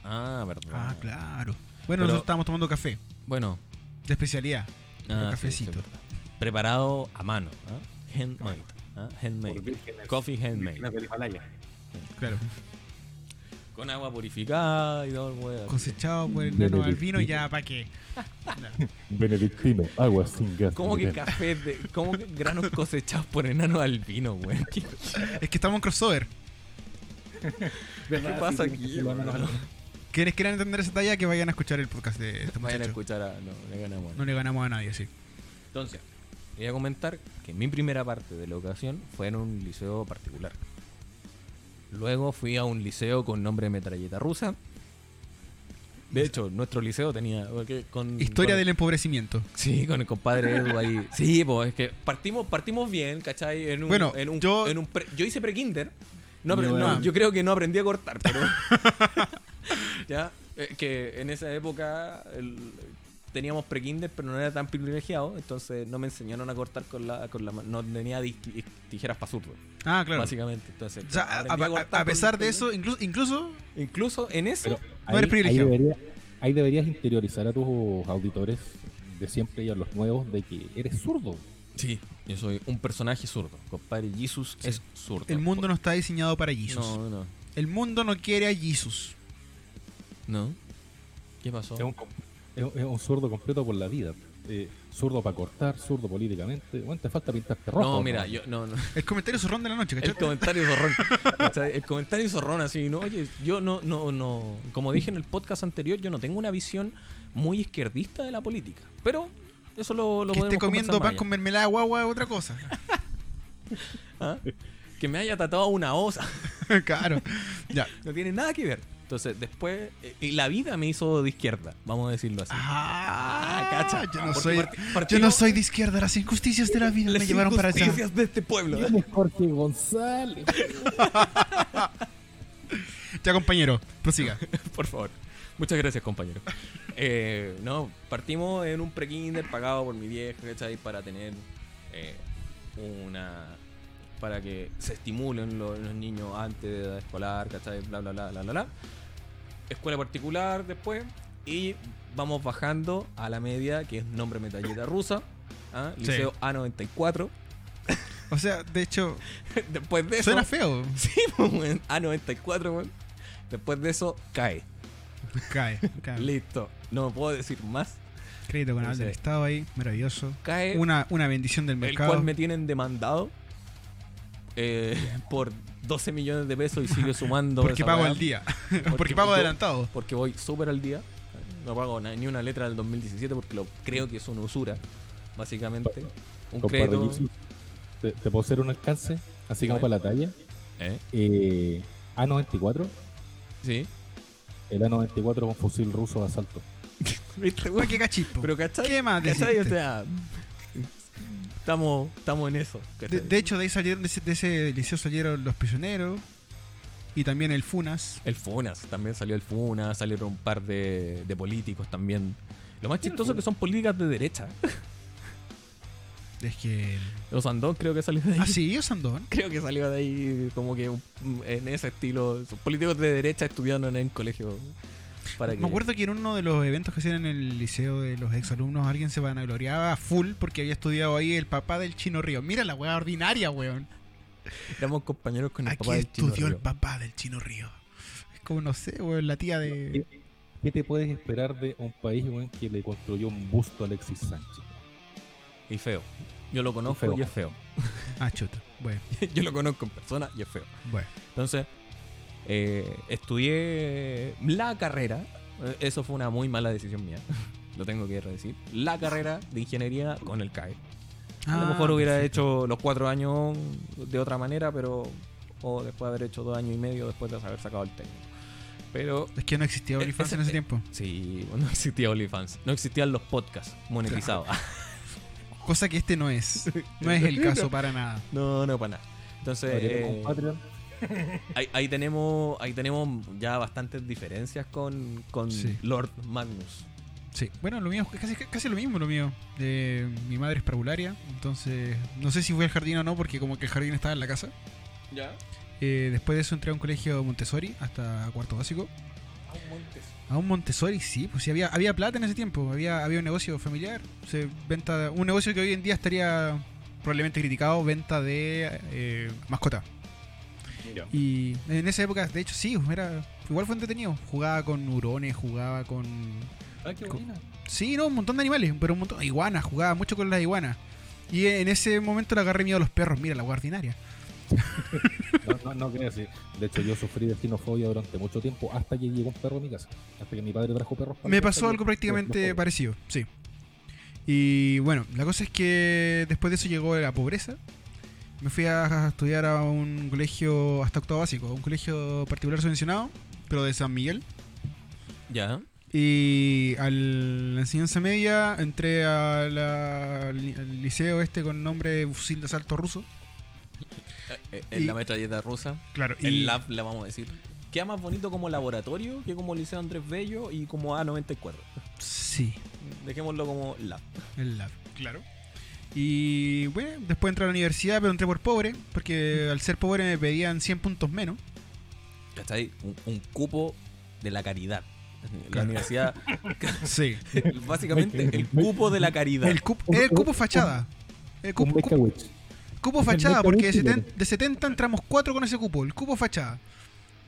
B: Ah, verdad.
A: Ah, claro. Bueno,
B: Pero-
A: nosotros estábamos tomando café
B: Bueno,
A: de especialidad.
B: Ah,
A: un
B: sí,
A: cafecito.
B: sí, verdad. preparado a mano. ¿ah? Handmade. ¿ah? Handmade.
C: Por vírgenes-
B: Coffee handmade.
C: del Himalaya.
A: claro.
B: Con agua purificada y todo el huevo.
A: Cosechado por el
C: Bien,
A: nano
C: bien,
A: albino,
C: bien.
A: ya, ¿para qué?
C: Benedictino, agua sin gas.
B: ¿Cómo que
C: mineral.
B: café de, cómo que granos cosechados por enanos albinos, güey? ¿Qué,
A: Es que estamos en crossover.
B: qué pasa aquí? güey?
A: ¿Quieres quieran entender esa talla? Que vayan a escuchar el podcast de este
B: Vayan
A: muchacho.
B: a escuchar a. No, le ganamos.
A: No le ganamos a nadie, sí.
B: Entonces, voy a comentar que mi primera parte de la educación fue en un liceo particular. Luego fui a un liceo con nombre de metralleta rusa. De hecho, nuestro liceo tenía. porque Con,
A: Historia
B: con-
A: del empobrecimiento.
B: Sí, con el compadre Edu ahí. Sí, pues es que partimos, partimos bien, ¿cachai? En un,
A: Bueno,
B: en un-
A: yo-
B: en un pre- yo hice pre-kinder. No,
C: Yo
B: apre- no,
A: era-
B: yo creo que no aprendí a cortar, pero. ya, eh, que en esa época el- teníamos pre-kinder, pero no era tan privilegiado, entonces no me enseñaron a cortar con la. Con la ma- no tenía dis- tijeras para zurdo,
A: Ah, claro.
B: básicamente. Entonces,
A: O sea, a,
B: aprendí
A: a- a-
B: cortar
A: a pesar
B: con-
A: de eso, incluso, incluso
B: Incluso en eso.
C: Pero ahí,
A: eres privilegiado.
C: Ahí, debería- ahí deberías interiorizar a tus auditores de siempre y a los nuevos de que eres zurdo.
B: sí, yo soy un personaje zurdo. Compadre, Jesus es zurdo.
A: el mundo no está diseñado para Jesus.
B: No, no.
A: El mundo no quiere a Jesus.
B: No. ¿Qué pasó?
C: Es un, com- es un- es un zurdo completo por la vida. Eh, zurdo para cortar, zurdo políticamente. Bueno, te falta pintarte rojo.
B: No, mira, yo no, no.
A: El comentario zorrón de la noche, ¿cachai?
B: El comentario zorrón. O sea, el comentario zorrón así, no, oye, yo no, no, no. Como dije en el podcast anterior, yo no tengo una visión muy izquierdista de la política. Pero eso lo, lo
A: que esté
B: podemos
A: comiendo pan
B: conversar
A: con
B: más
A: mermelada guagua es otra cosa.
B: allá. ¿Ah? Que me haya tratado una osa.
A: claro. Ya.
B: No tiene nada que ver. Entonces, después. eh, y la vida me hizo de izquierda, vamos a decirlo así.
A: Ah,
B: cacha.
A: Yo no,
B: Porque
A: soy,
B: parti-
A: yo no
B: partimos-
A: soy de izquierda. Las injusticias de la vida me
B: Las
A: llevaron para allá.
B: injusticias de este pueblo.
C: ¿Quién es Jorge González?
A: Ya, compañero, prosiga.
B: Por favor. Muchas gracias, compañero. Eh, no, partimos en un pre-kinder pagado por mi vieja, ¿cachai? Para tener eh, una. para que se estimulen lo- los, niños antes de edad escolar, ¿cachai? Bla, bla, bla, bla, bla, bla. Escuela particular después. Y vamos bajando a la media, que es nombre metalleta rusa. ¿ah?
A: Sí.
B: Liceo A94.
A: O sea, de hecho,
B: después de eso.
A: suena feo.
B: Sí, pues, weón, A94, weón. Después de eso, cae.
A: Cae, cae.
B: Listo. No puedo decir más.
A: Crédito con
B: Sí.
A: del Estado ahí, maravilloso.
B: Cae.
A: Una, una bendición del
B: Eh, el
A: mercado.
B: cual me tienen demandado eh, por 12 millones de pesos y sigue sumando.
A: Porque
B: esa
A: pago
B: weá,
A: al día. Porque
B: Porque
A: pago
B: yo-
A: adelantado.
B: Porque voy súper al día. No pago na- ni una letra del 2017 porque lo, creo que es una usura, básicamente. Un
C: Compadre
B: crédito.
C: Jesus, ¿Te, te puedo hacer un alcance? Así como
B: Bueno.
C: para la talla.
B: ¿Eh?
C: Eh, A94.
B: Sí.
C: El A94 es un fusil ruso de asalto.
B: ¿Viste,
A: Uy,
B: güey?
A: qué cachipo.
B: Pero ¿cachai?
A: Este ¿Qué más
B: ¿Cachai? O
A: decirte?
B: sea, estamos, estamos en eso.
A: De,
B: ¿cachai?
A: de hecho, de ahí salieron, de ese, de ese liceo salieron los prisioneros. y también el Funas.
B: El Funas, también salió el Funas, salieron un par de, de políticos también. Lo más chistoso es que son políticas de derecha.
A: Es que.
B: Los Andón creo que salió de ahí.
A: Ah, sí, ellos Sandón.
B: Creo que salió de ahí como que un- en ese estilo. Son políticos de derecha estudiando en el colegio. Para que...
A: Me acuerdo que en uno de los eventos que hacían en el liceo de los exalumnos, alguien se vanagloriaba a full porque había estudiado ahí el papá del Chino Río. Mira la weá ordinaria, weón.
B: Éramos compañeros con el
A: Aquí
B: papá del Chino
A: estudió el
B: Río.
A: papá del Chino Río. Es como, no sé, weón, la tía de.
C: ¿Qué, qué te puedes esperar de un país weón, que le construyó un busto a Alexis Sánchez?
B: Y feo. Yo lo conozco
C: Feo.
B: y es feo.
A: Ah, chuta. Bueno,
B: Yo lo conozco en persona y es feo.
A: bueno.
B: Entonces, eh, estudié la carrera. Eh, Eso fue una muy mala decisión mía. Lo tengo que decir. La carrera de ingeniería con el CAE. A E. lo
A: Ah,
B: mejor hubiera
A: perfecto.
B: hecho los cuatro años de otra manera, pero. O después de haber hecho dos años y medio después de haber sacado el técnico. Pero.
A: Es que no existía
B: Eh,
A: OnlyFans
B: ese-
A: en ese
B: eh,
A: tiempo.
B: Sí, no existía OnlyFans. No existían los podcasts monetizados.
A: Cosa que este no es. No es el caso para nada.
B: No, no, para nada. Entonces.
C: Abriremos
B: eh,
C: un Patreon.
B: ahí, ahí tenemos ahí tenemos ya bastantes diferencias con, con
A: Sí.
B: Lord Magnus.
A: Sí. Bueno, lo mío es casi, casi lo mismo lo mío. Eh, mi madre es parvularia, entonces no sé si fui al jardín o no, porque como que el jardín estaba en la casa.
B: ¿Ya?
A: Eh, después de eso entré a un colegio Montessori hasta cuarto básico. A Ah, un Montessori, sí, pues sí, había, había plata en ese tiempo, había, había un negocio familiar, se venta un negocio que hoy en día estaría probablemente criticado, venta de eh, mascota. Y en esa época, de hecho, sí, era, igual fue entretenido. Jugaba con hurones, jugaba con
C: Ah, qué
A: Co-
C: buena.
A: Sí, no, un montón de animales, pero un montón. Iguanas, jugaba mucho con las iguanas. Y en ese momento le agarré miedo a los perros, mira la guardinaria.
C: No, no, no creas, sí. De hecho, yo sufrí de xenofobia durante mucho tiempo hasta que llegó un perro a mi casa. Hasta que mi padre trajo perros. para
A: Me
C: mi casa
A: pasó
C: y-
A: algo prácticamente
C: los- los-
A: parecido, sí. Y bueno, la cosa es que después de eso llegó la pobreza. Me fui a estudiar a un colegio hasta octavo básico, a un colegio particular subvencionado, pero de San Miguel.
B: ¿Ya?
A: Y a la enseñanza media entré a la- al liceo este con nombre de fusil de asalto ruso.
B: Eh, En
A: Y-
B: la metralleta rusa.
A: Claro,
B: El lab, le vamos a decir. Queda más bonito como laboratorio que como Liceo Andrés Bello y como A94.
A: Sí,
B: Dejémoslo como lab.
A: El lab. Claro. Y bueno, después entré a la universidad, pero entré por pobre, porque al ser pobre me pedían 100 puntos menos.
B: ¿Cachai? Un, un cupo de la caridad. La
A: Claro.
B: universidad,
A: Sí.
B: básicamente, el cupo de la caridad.
A: El cupo, el cupo fachada. El
C: Con
A: cupo, cupo-
C: Becawich.
A: cupo fachada, porque de 70, de 70 entramos 4 con ese cupo, el cupo fachada.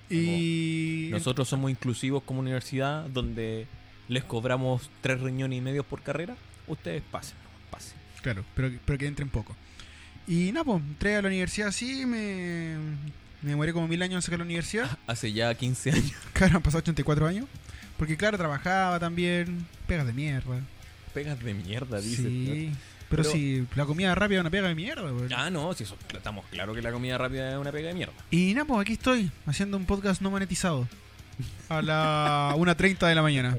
A: Y.
B: Nosotros somos inclusivos como universidad donde les cobramos tres riñones y medio por carrera. Ustedes pasen, pasen.
A: Claro, pero, pero que entren poco. Y nada, pues entré a la universidad así, me. Me demoré como mil años en sacar la universidad.
B: Hace ya 15 años.
A: Claro, han pasado 84 años. Porque claro, trabajaba también. Pegas de mierda.
B: Pegas de mierda, dices.
A: Sí, pero,
B: Pero-
A: si la comida rápida es una pega de mierda. weón.
B: Ah, no, si eso, estamos claro que la comida rápida es una pega de mierda.
A: Y nada, pues aquí estoy haciendo un podcast no monetizado. A la 1.30 de la mañana.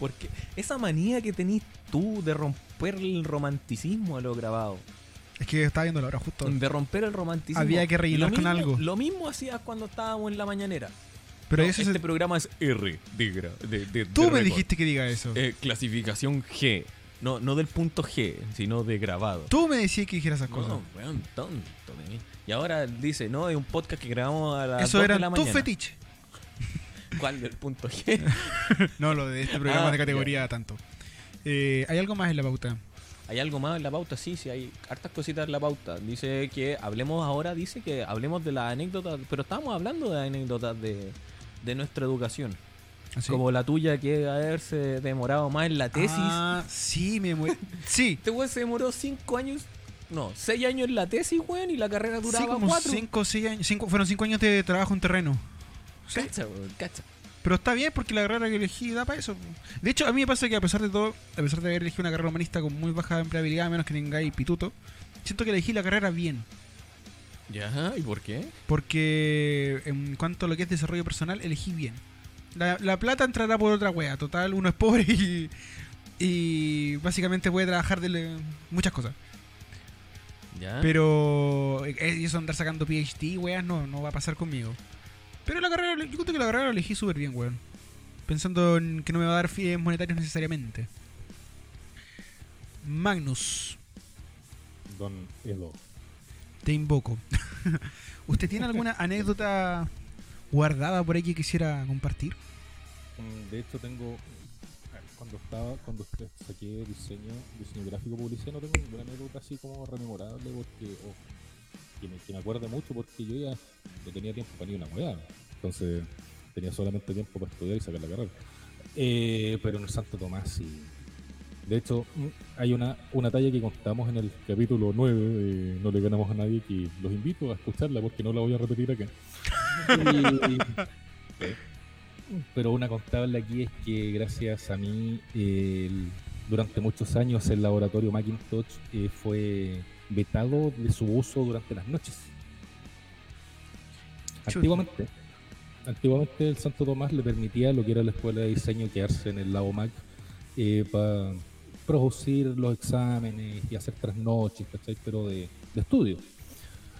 B: Porque esa manía que tenés tú de romper el romanticismo a lo grabado.
A: Es que estaba viendo la hora justo.
B: De romper el romanticismo.
A: Había que rellenar
B: Lo
A: con
B: mismo-
A: algo.
B: Lo mismo hacías cuando estábamos en la mañanera.
A: Pero
B: No,
A: eso
B: este
A: se-
B: programa es R, de, gra- de, de- de
A: Tú me
B: récord.
A: dijiste que diga eso.
B: Eh, clasificación G. No, no del punto G, sino de grabado.
A: Tú me decías que dijera esas
B: No,
A: cosas.
B: weón, tonto de mí. Y ahora dice, no, es un podcast que grabamos a las
A: Eso
B: 2
A: era
B: de la
A: tu
B: mañana.
A: fetiche.
B: ¿Cuál del punto G?
A: No, lo de este programa
B: Ah,
A: de categoría tanto. Eh, Hay algo más en la pauta.
B: ¿Hay algo más en la pauta? Sí, sí, hay hartas cositas en la pauta. Dice que hablemos ahora, dice que hablemos de las anécdotas, pero estábamos hablando de anécdotas de, de nuestra educación.
A: Así.
B: Como la tuya que haberse demorado más en la tesis.
A: Ah, sí, me mu- Sí.
B: Este weón se demoró 5 años, no, 6 años en la tesis, weón, y la carrera
A: Sí,
B: duraba
A: como
B: 4.
A: cinco, seis años, cinco- fueron 5 años de trabajo en terreno. Sí.
B: Cacha, weón, cacha.
A: Pero está bien porque la carrera que elegí da para eso. De hecho, a mí me pasa que a pesar de todo, a pesar de haber elegido una carrera humanista con muy baja empleabilidad, a menos que tengáis pituto, siento que elegí la carrera bien.
B: Ya, ¿y por qué?
A: Porque en cuanto a lo que es desarrollo personal, elegí bien. La, la plata entrará por otra wea. Total, uno es pobre y, y básicamente puede trabajar de le- muchas cosas.
B: Ya.
A: Pero eh, eso andar sacando PhD, weas, no, no va a pasar conmigo. Pero la carrera, yo creo que la carrera la elegí súper bien, weón. Pensando en que no me va a dar fies monetarios necesariamente. Magnus,
C: Don Edo.
A: te invoco. ¿Usted tiene alguna anécdota guardada por ahí que quisiera compartir?
C: Mm, De hecho, tengo. Cuando estaba, cuando saqué diseño, diseño gráfico publicidad, no tengo ninguna anécdota así como rememorable porque. o que, me, que me acuerde mucho porque yo ya no tenía tiempo para ni una hueá. Entonces, tenía solamente tiempo para estudiar y sacar la carrera. Eh, pero en el Santo Tomás sí. De hecho, mm, hay una, una talla que contamos en el capítulo 9 de No le ganamos a nadie, que los invito a escucharla porque no la voy a repetir acá. Y- pero una contable aquí es que gracias a mí, eh, el- durante muchos años el laboratorio Macintosh eh, fue vetado de su uso durante las noches.
A: Chuta.
C: Antiguamente, antiguamente el Santo Tomás le permitía a lo que era la escuela de diseño quedarse en el labo Mac para producir los exámenes y hacer trasnoches, ¿cachai? Pero de, de estudio.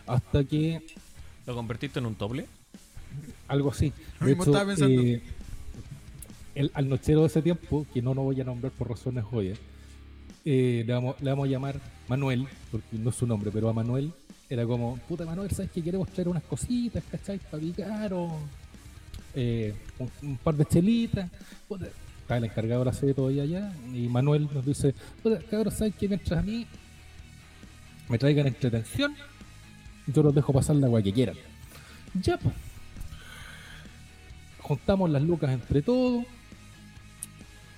C: Hasta que
B: ¿Lo convertiste en un toble?
C: algo así.
A: Lo
C: De
A: mismo estaba pensando.
C: eh, el, al nochero de ese tiempo, que no lo voy a nombrar por razones obvias, eh, le, vamos, le vamos a llamar Manuel, porque no es su nombre, pero a Manuel era como, puta Manuel, ¿sabes que queremos traer unas cositas, ¿cachai? Para picar o eh, un, un par de chelitas. Puta, Está el encargado de la sede todavía allá y Manuel nos dice, puta, cabrón, ¿sabes que mientras a mí me traigan entretención, yo los dejo pasar la agua que quieran? Ya, pues juntamos las lucas entre todos.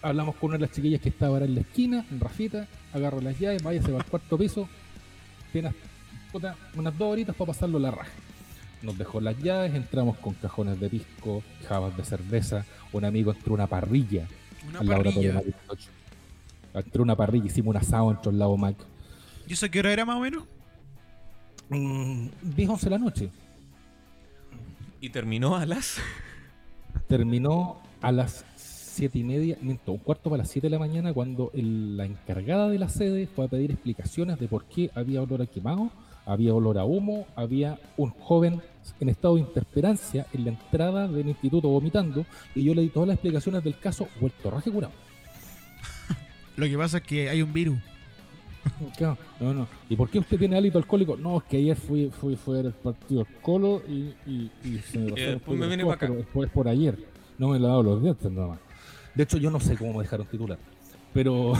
C: Hablamos con una de las chiquillas que estaba ahora en la esquina, en Rafita, agarro las llaves, váyase al cuarto piso, tienes puta, unas dos horitas para pasarlo la raja. Nos dejó las llaves, entramos con cajones de pisco, jabas de cerveza, un amigo entró una parrilla
A: Una
C: al laboratorio
A: parrilla.
C: Macintosh. Entró una parrilla, hicimos un asado entre el lado Mac.
A: ¿Y eso a qué hora era más o menos?
C: Mm, 10, 11 de la noche.
B: Y terminó a las.
C: terminó a las siete y media, miento, un cuarto para las 7 de la mañana cuando el- la encargada de la sede fue a pedir explicaciones de por qué había olor a quemado, había olor a humo, había un joven en estado de interperancia en la entrada del instituto vomitando y yo le di todas las explicaciones del caso vuelto raje curado.
A: Lo que pasa es que hay un virus.
C: Claro, no, no. ¿Y por qué usted tiene hálito alcohólico? No, es que ayer fui, fui, fui a ver el partido del Colo y, y, y se me
B: Y
C: el
B: después me
C: pelo
B: vine
C: después,
B: pa' acá.
C: pero después por ayer. No me he lavado los dientes nada más. De hecho, yo no sé cómo me dejaron titular. Pero.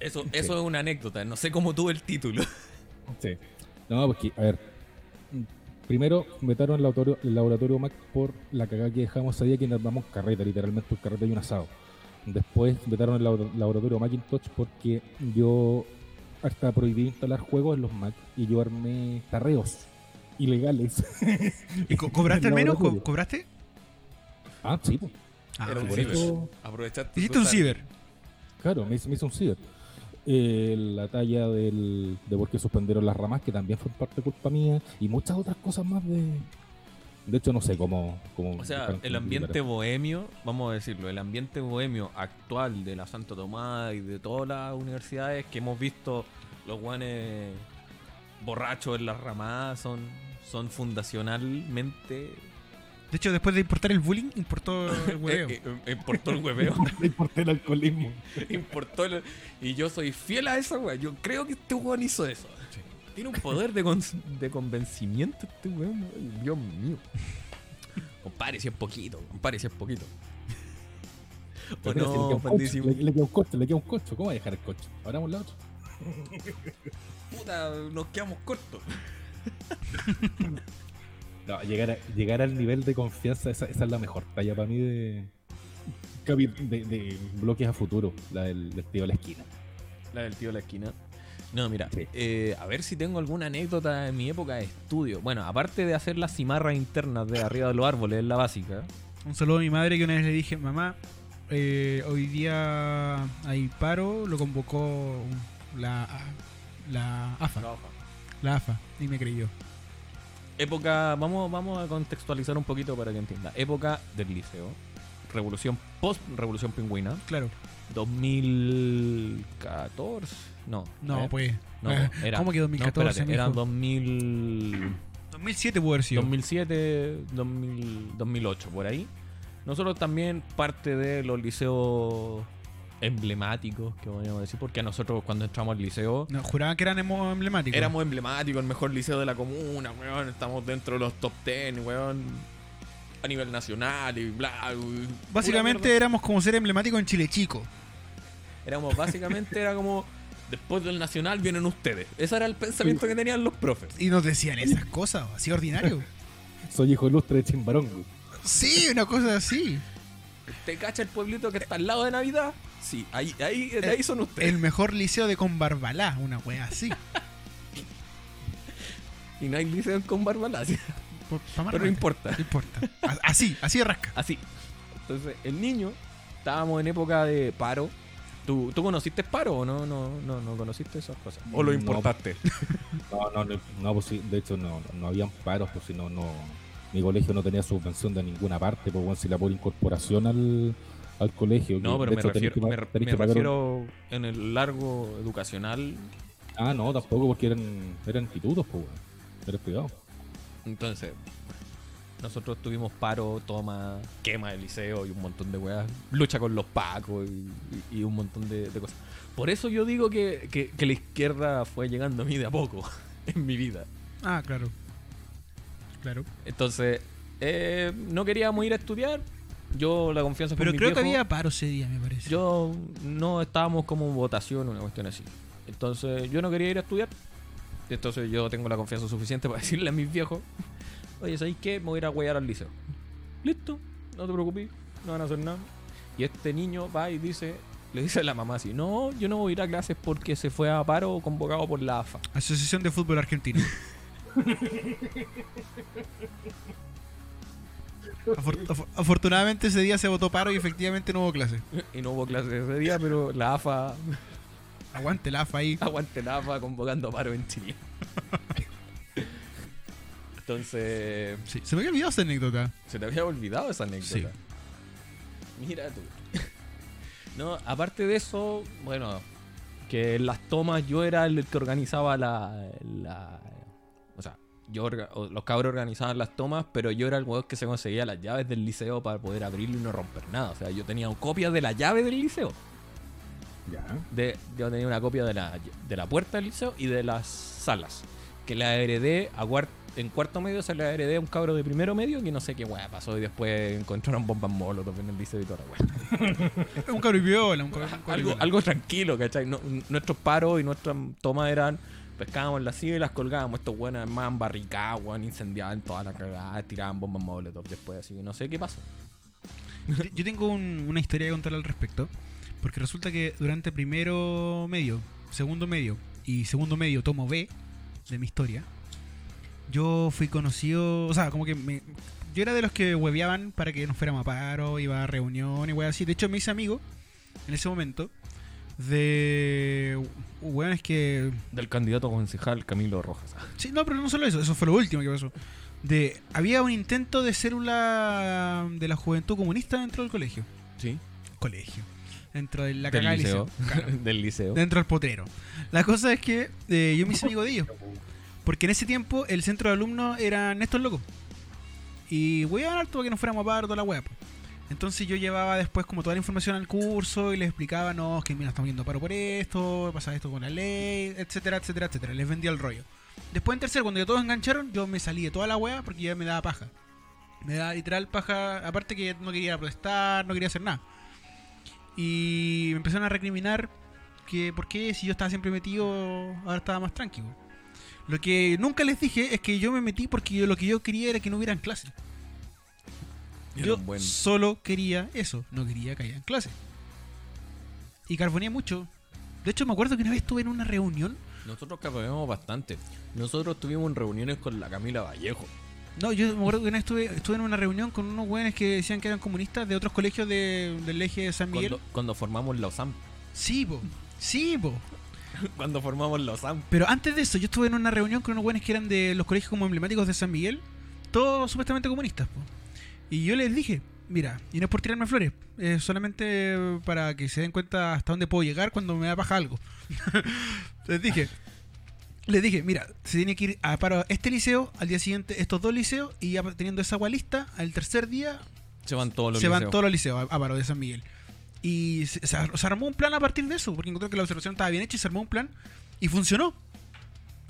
B: Eso, eso es una anécdota. No sé cómo tuvo el título.
C: Sí. No, porque, a ver. Primero, vetaron el laboratorio, el laboratorio Mac por la cagada que dejamos ahí, que armamos carreta, literalmente un carrete y un asado. Después vetaron el labo- laboratorio Macintosh porque yo hasta prohibí instalar juegos en los Mac y yo armé tarreos ilegales.
A: ¿Y co- cobraste al menos?
C: Laboratorio.
A: Co- ¿Cobraste?
C: ah, sí, pues.
A: Ah,
B: Era un
A: por
C: ciber.
A: eso.
C: eso-
B: Aprovechaste.
A: Hiciste un ciber.
C: Claro, me hizo, me hizo un ciber. Eh, la talla del, de por qué suspendieron las ramas, que también fue parte culpa mía, y muchas otras cosas más de... De hecho, no sé cómo... cómo
B: O sea, el ambiente bohemio, vamos a decirlo, el ambiente bohemio actual de la Santo Tomás y de todas las universidades que hemos visto los guanes borrachos en las ramadas son, son fundacionalmente
A: De hecho, después de importar el bullying, importó el hueveo.
B: Eh, eh, eh, importó el hueveo,
C: No importa el alcoholismo.
B: importó el- y yo soy fiel a esa wea, yo creo que este weón hizo eso. Tiene un poder de, con- de convencimiento este weón, weón, Dios mío. Compare si es poquito, compare si es poquito. O
C: Pero si le queda
B: no,
C: un coche,
B: pandísimo.
C: le, le queda un coche, le queda un coche. ¿Cómo va a dejar el coche? Abramos la otra.
B: puta, nos quedamos cortos.
C: No, llegar, a- llegar al nivel de confianza, esa, esa es la mejor talla para mí de, de, de bloques a futuro, la del, del tío de la esquina.
B: La del tío de la esquina. No, mira,
C: Sí.
B: eh, a ver si tengo alguna anécdota de mi época de estudio. Bueno, aparte de hacer las cimarras internas de arriba de los árboles, es la básica.
A: Un saludo a mi madre que una vez le dije, mamá, eh, hoy día hay paro, lo convocó la, la AFA. La AFA, y me creyó.
B: Época, vamos, vamos a contextualizar un poquito para que entienda. Época del liceo. Revolución post-revolución pingüina.
A: Claro,
B: 2014. No. a
A: no,
B: ver.
A: pues.
B: No,
A: eh,
B: era,
A: Ah, ¿Cómo que
B: no,
A: 2014?
B: espérate, era
A: mijo?
B: 2000.
A: 2007 puede haber sido.
B: 2007, 2000, 2008, por ahí. Nosotros también parte de los liceos emblemáticos, que podríamos decir, porque a nosotros cuando entramos al liceo
A: No, juraban que eran emo- emblemáticos.
B: éramos emblemáticos, el mejor liceo de la comuna, weón, estamos dentro de los top 10, weón, a nivel nacional y bla. y pura
A: Básicamente
B: mierda.
A: éramos como ser emblemáticos en Chile Chico.
B: éramos básicamente era como después del nacional vienen ustedes. Ese era el pensamiento que tenían los profes.
A: Y nos decían esas cosas, así ordinario.
C: Soy hijo ilustre de Chimbarongo.
A: sí, una cosa así.
B: ¿Te cacha el pueblito que está al lado de Navidad? Sí, ahí ahí de ahí son ustedes.
A: El mejor liceo de Conbarbalá, una wea así.
B: Y no hay liceo con barbalacia.
A: Por- pa' más
B: Pero no
A: raja.
B: importa.
A: No importa. A- Así, así de rasca.
B: Así. Entonces, el niño, estábamos en época de paro. ¿Tú, tú conociste paro o no, no, no, no conociste esas cosas? ¿O lo
C: No.
B: importante?
C: No, no, no, no, pues sí, de hecho no, no habían paros, pues si no, no, mi colegio no tenía subvención de ninguna parte, pues bueno, si la por incorporación al, al colegio.
B: No,
C: que,
B: pero
C: de
B: me
C: hecho,
B: refiero,
C: tenés que pa-
B: me,
C: tenés
B: me
C: que pagar un-
B: refiero en el largo educacional.
C: Ah, no, tampoco, porque eran, eran institutos, pues bueno, eran privados.
B: Entonces, nosotros tuvimos paro, toma, quema el liceo y un montón de weas. Lucha con los pacos y, y- y un montón de, de cosas. Por eso yo digo que, que- que la izquierda fue llegando a mí de a poco en mi vida.
A: Ah, claro. Claro.
B: Entonces, eh, no queríamos ir a estudiar. Yo la confianza fue
A: Pero
B: mi
A: creo que
B: viejo.
A: había paro ese día, me parece.
B: Yo no estábamos como en votación, una cuestión así. Entonces, yo no quería ir a estudiar. Entonces, yo tengo la confianza suficiente para decirle a mis viejos: Oye, ¿sabéis qué? Me voy a ir a huear al liceo. Listo, no te preocupes, no van a hacer nada. Y este niño va y dice: Le dice a la mamá así: No, yo no voy a ir a clases porque se fue a paro convocado por la AFA.
A: Asociación de Fútbol Argentino. Afor- afor- afortunadamente ese día se votó paro y efectivamente no hubo clase.
B: Y no hubo clases ese día, pero la AFA
A: Aguante la AFA ahí.
B: Aguante la AFA convocando paro en Chile. Entonces,
A: Sí, se me había olvidado esa anécdota.
B: se te había olvidado esa anécdota. Mira tú. No, aparte de eso, bueno, que en las tomas yo era el que organizaba la. la- o sea, yo orga- o- los cabros organizaban las tomas, pero yo era el weón que se conseguía las llaves del liceo para poder abrirlo y no romper nada. O sea, yo tenía copias de la llave del liceo.
C: Ya.
B: de- yo tenía una copia de la, de la puerta del liceo y de las salas. Que la heredé a cuar- en cuarto medio, se la heredé a un cabro de primero medio que no sé qué weá pasó y después encontraron bombas molotov en el liceo y toda la weá.
A: Es un cabro viola, un cabro- un cabro
B: Algo,
A: viola.
B: algo tranquilo, ¿cachai? No- nuestros paros y nuestras tomas eran pescábamos las sillas y las colgábamos. Estos weones armaban barricadas, weón, incendiaban toda la cagada, tiraban bombas molotov después, así que no sé qué pasó.
A: Yo- Yo tengo un- una historia que contar al respecto. Porque resulta que durante primero medio, segundo medio y segundo medio tomo B de mi historia, yo fui conocido, o sea, como que me- yo era de los que hueveaban para que nos fuéramos a paro, iba a reunión y weas así. De hecho, me hice amigo en ese momento de weones que
B: Del candidato concejal Camilo Rojas.
A: Sí, no, pero no solo eso, eso fue lo último que pasó. De, había un intento de célula de la juventud comunista dentro del colegio.
B: Sí.
A: Colegio. Dentro de la
B: Del
A: cagada del
B: liceo.
A: liceo. Claro,
B: Del liceo.
A: dentro del potrero. La cosa es que eh, yo me hice amigo de ellos. Porque en ese tiempo el centro de alumnos eran estos locos. Y hueaban harto para que nos fuéramos a parar toda la wea. po. Entonces yo llevaba después como toda la información al curso y les explicaba, no, es que mira, estamos yendo a paro por esto, pasa esto con la ley, etcétera, etcétera, etcétera. Les vendía el rollo. Después en tercero, cuando ya todos engancharon, yo me salí de toda la wea porque ya me daba paja. Me daba literal paja, aparte que no quería ir a protestar, no quería hacer nada. Y me empezaron a recriminar que por qué si yo estaba siempre metido, ahora estaba más tranquilo. Lo que nunca les dije es que yo me metí porque yo- lo que yo quería era que no hubieran clases.
B: Era
A: Yo
B: un buen-
A: solo quería eso, no quería que haya clases. Y carboné mucho. De hecho, me acuerdo que una vez estuve en una reunión.
B: Nosotros cargamos bastante. Nosotros tuvimos reuniones con la Camila Vallejo.
A: No, yo me acuerdo que una vez estuve, estuve en una reunión con unos güeyes que decían que eran comunistas de otros colegios de- del eje de San Miguel.
B: Cuando, cuando formamos la OSAM.
A: Sí, po. Sí, po.
B: Cuando formamos la OSAM.
A: Pero antes de eso, yo estuve en una reunión con unos buenos que eran de los colegios como emblemáticos de San Miguel, todos supuestamente comunistas. po. Y yo les dije, mira, y no es por tirarme flores, es solamente para que se den cuenta hasta dónde puedo llegar cuando me da paja algo. les dije, Le dije, mira, se tiene que ir a paro a este liceo, al día siguiente estos dos liceos, y ya teniendo esa agua lista, al tercer día
B: Se van todos los
A: se van
B: liceos.
A: todos los liceos a, a paro de San Miguel. Y se, se ar- se armó un plan a partir de eso, porque encontró que la observación estaba bien hecha y se armó un plan y funcionó.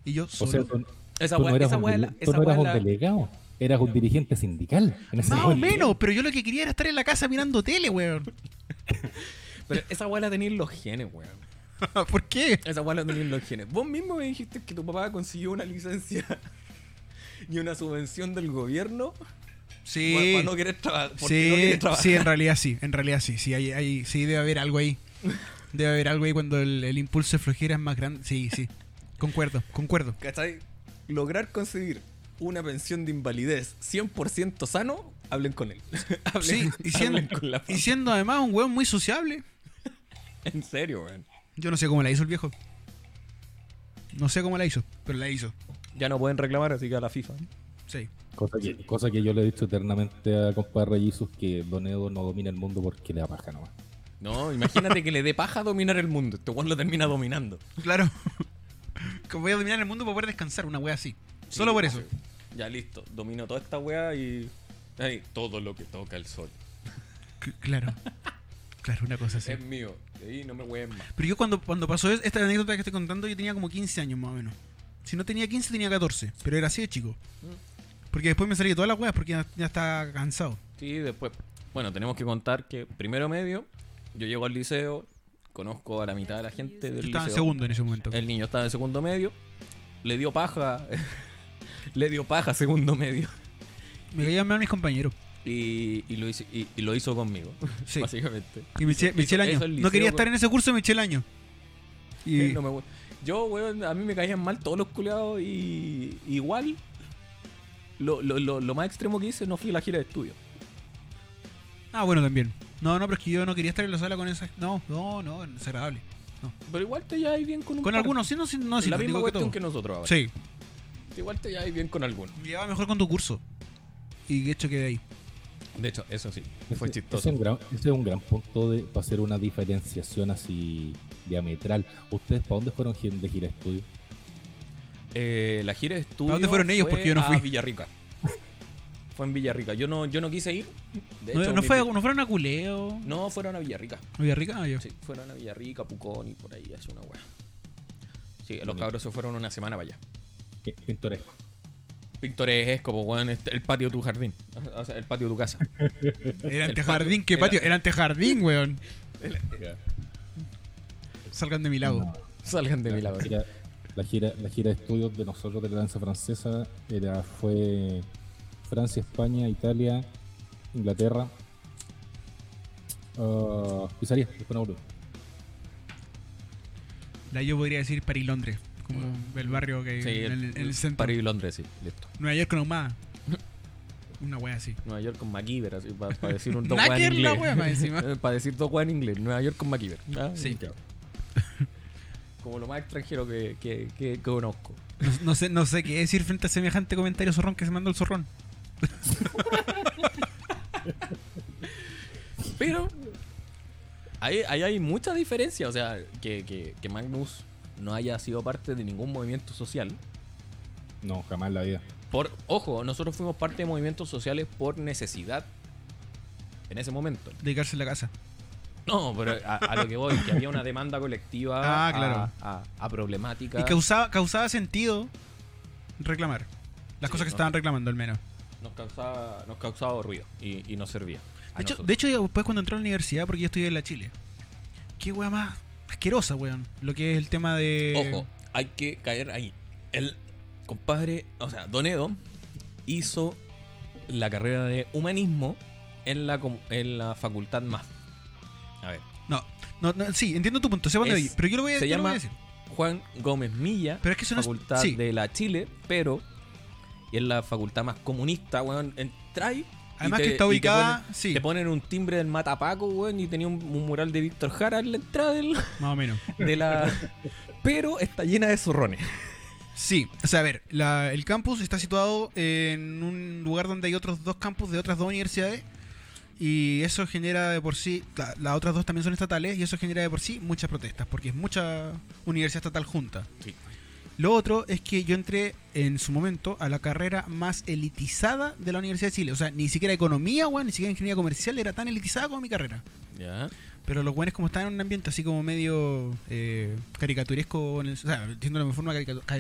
A: Y yo
C: O
A: solo.
C: sea, tú,
B: Esa
C: tú no
B: weá-
C: eras,
B: esa
C: un,
B: weá es la-
C: dele- tú
B: esa
C: no eras
B: weá es
C: un
B: la-
C: delegado, eras un dirigente sindical. En ese
A: Más o
C: momento.
A: menos, pero yo lo que quería era estar en la casa mirando tele, weón.
B: Pero esa weá la tenéis los genes, weón.
A: ¿Por qué?
B: Esa weá la tenéis los genes. Vos mismo me dijiste que tu papá consiguió una licencia y una subvención del gobierno
A: Sí.
B: pa- pa no querer traba- porque
A: Sí,
B: no querer trabajar.
A: sí, en realidad sí, en realidad sí, sí, hay, hay- sí debe haber algo ahí. Debe haber algo ahí cuando el, el impulso de flojera es más grande. Sí, sí, concuerdo, concuerdo.
B: ¿Cachai? Lograr conseguir una pensión de invalidez 100% sano, hablen con él. hablen,
A: Sí, y siendo,
B: hablen con la
A: y siendo además un weón muy sociable.
B: En serio, weón.
A: Yo no sé cómo la hizo el viejo. No sé cómo la hizo, pero la hizo.
B: Ya no pueden reclamar, así que a la FIFA.
A: Sí.
C: Cosa que, cosa que yo le he dicho eternamente a compadre Rellizus que Don Edo no domina el mundo porque le da paja nomás.
B: No, imagínate que le dé paja dominar el mundo. Este weón lo termina dominando.
A: Claro. Como voy a dominar el mundo para poder descansar, una wea así. Solo
B: Sí,
A: por eso.
B: Ya listo, domino toda esta weá y. ay, todo lo que toca el sol.
A: C- Claro. Claro, una cosa así.
B: Es mío. De ahí no me hueen más.
A: Eh, Pero yo cuando, cuando pasó es- esta anécdota que estoy contando, yo tenía como 15 años más o menos. Si no tenía 15, tenía 14. Pero era así de chico. Porque después me salí de todas las weas porque ya, ya estaba cansado.
B: Sí, después. Bueno, tenemos que contar que primero medio, yo llego al liceo, conozco a la mitad de la gente
A: Yo
B: del
A: estaba en
B: liceo.
A: segundo en ese momento.
B: El niño estaba en segundo medio, le dio paja. le dio paja segundo medio.
A: Me caían mal mis compañeros.
B: Y, y lo, hizo, y, y lo hizo conmigo,
A: Sí.
B: básicamente.
A: Y me eché, me eché el
B: hizo
A: año.
B: el
A: No quería
B: liceo,
A: estar en ese curso, me eché el año. Y
B: Eh, no me hue- Yo, weón, a mí me caían mal todos los culeados y igual lo, lo- lo- lo más extremo que hice no fui a la gira de estudio.
A: Ah, bueno, también. No, no, pero es que yo no quería estar en la sala con esas. No, no, no, es desagradable.
B: Pero igual te lleváis bien con un
A: Con
B: par.
A: algunos, sí, no, sí, no, sí,
B: la
A: te
B: misma
A: digo que
B: cuestión que,
A: todo.
B: nosotros ahora.
A: Sí,
B: Igual te lleváis bien con algunos.
A: me llevaba mejor con tu curso. Y de hecho quedé ahí.
B: De hecho, eso sí, fue
C: Ese-
B: chistoso.
C: Ese es un gran, ese es un gran punto de, para hacer una diferenciación así diametral. ¿Ustedes para dónde fueron gi- de gira de estudio?
B: Eh, la gira de estudio.
A: ¿A dónde fueron ellos?
B: fue
A: Porque yo no fui.
B: A Villarrica. Fue en Villarrica. Yo no, yo no quise ir. De
A: No,
B: hecho,
A: no
B: mi-
A: fue, no fueron a Culeo.
B: no, fueron a Villarrica.
A: Oye, rica, ah, ya.
B: Sí, fueron a Villarrica, Pucón y por ahí, es una wea. Sí, los
C: Bonito.
B: cabros se fueron una semana para allá.
C: Eh, Pintoresco.
B: pintoresco, como weón, este- el patio de tu jardín. O sea, el patio de tu casa.
A: Era
B: El
A: antejardín,
B: patio-
A: qué
B: era-
A: patio. Era antejardín, weón. Salgan de mi lado.
C: No,
B: Salgan de mi
C: la,
B: lado.
C: gira, la, gira, la gira de estudios de nosotros de la danza francesa era, fue Francia, España, Italia, Inglaterra. ah, y salía, después no volvió.
A: La yo podría decir París, Londres. Como el barrio que hay
B: Sí,
A: en, el, en el centro.
B: París y Londres, sí, listo.
A: Nueva York con Ahumada. Una wea así.
B: Nueva York con MacGyver, así, para decir un dos
A: Nada
B: weas
A: que
B: en
A: ver la
B: inglés.
A: wea, más encima.
B: para decir dos weas en inglés, Nueva York con MacGyver. Ah,
A: Sí.
B: Como lo más extranjero que, que, que- que conozco.
A: No, no sé, no sé qué decir frente a semejante comentario zorrón que se mandó el zorrón.
B: Pero ahí, ahí hay mucha diferencia. O sea, que, que, que Magnus no haya sido parte de ningún movimiento social.
C: No, jamás en la vida.
B: Por, ojo, nosotros fuimos parte de movimientos sociales por necesidad. En ese momento.
A: Dedicarse a la casa.
B: No, pero a, a lo que voy, que había una demanda colectiva
A: Ah, claro.
B: a, a- a problemática.
A: Y causaba, causaba sentido reclamar. Las
B: Sí,
A: cosas que
B: no.
A: estaban reclamando, al menos.
B: nos, causaba, nos causaba ruido y, y nos servía. a
A: De hecho,
B: nosotros.
A: de hecho, después cuando entré a la universidad, porque yo estudié en la Chile, qué wea más asquerosa, weón. Lo que es el tema de.
B: Ojo, hay que caer ahí. El compadre, o sea, Donedo hizo la carrera de humanismo en la, com- en la facultad más. A ver,
A: No, no, no, sí, entiendo tu punto, sé dónde
B: Es-
A: voy, pero yo lo voy a,
B: se
A: yo lo
B: llama-
A: voy a decir.
B: Juan Gómez Milla,
A: Pero es que eso no es-
B: facultad
A: sí.
B: de la Chile, pero es la facultad más comunista, weón. Entráis. y
A: Además
B: te-
A: que está
B: y te
A: ubicada,
B: ponen-
A: sí.
B: Te ponen un timbre del Matapaco, weón, y tenía un, un mural de Víctor Jara en la entrada del-
A: Más o menos.
B: de la. Pero está llena de zorrones.
A: Sí, o sea, a ver, la- el campus está situado en un lugar donde hay otros dos campus de otras dos universidades y eso genera de por sí, la- las otras dos también son estatales y eso genera de por sí muchas protestas porque es mucha universidad estatal junta. Lo otro es que yo entré en su momento a la carrera más elitizada de la Universidad de Chile. O sea, ni siquiera economía, weón, ni siquiera ingeniería comercial era tan elitizada como mi carrera.
B: Ya.
A: Pero los weones como estaban en un ambiente así como medio eh, caricaturesco, en el- o sea, diciéndolo de forma caricatura. ah,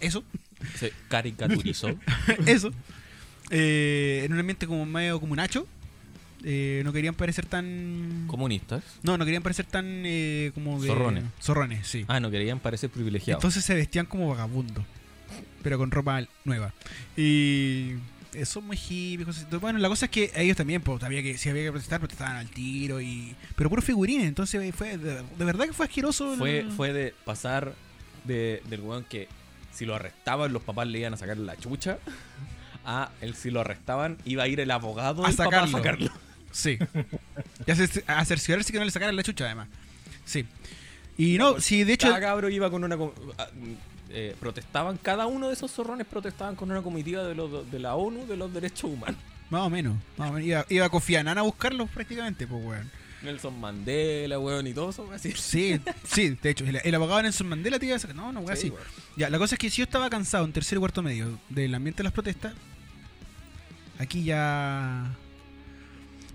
A: eso,
B: Se caricaturizó.
A: eso. Eh, en un ambiente como medio como un hacho. Eh, no querían parecer tan...
B: Comunistas.
A: No, no querían parecer tan eh, como de...
B: Zorrones.
A: Zorrones, sí.
B: Ah, no querían parecer privilegiados.
A: Entonces se vestían como vagabundos, pero con ropa nueva. Y eso muy hippie, cosas así. Bueno, la cosa es que a ellos también, pues, había que, si había que protestar, protestaban al tiro y... Pero puro figurines, entonces eh, fue... De, de verdad que fue asqueroso. el-
B: fue, fue de pasar de- del weón que si lo arrestaban los papás le iban a sacar la chucha. A él si lo arrestaban iba a ir el abogado
A: A
B: del papá
A: sacarlo. Sí. Y a cer- a cerciorarse que no le sacaran la chucha, además. Sí. Y no, sí, de hecho...
B: Cada cabro iba con una... com- ah, mm, eh, protestaban, cada uno de esos zorrones protestaban con una comitiva de, los, de la ONU de los derechos humanos.
A: Más o menos. Más o menos. Iba, iba a Kofi Annan a buscarlos prácticamente, pues, weón.
B: Nelson Mandela, weón, y todo eso. Así.
A: Sí, sí, de hecho. El, el abogado Nelson Mandela te iba a sacar. No, no, weón,
B: Sí,
A: sí.
B: weón.
A: Ya, la cosa es que si yo estaba cansado en tercer y cuarto medio del ambiente de las protestas, aquí ya.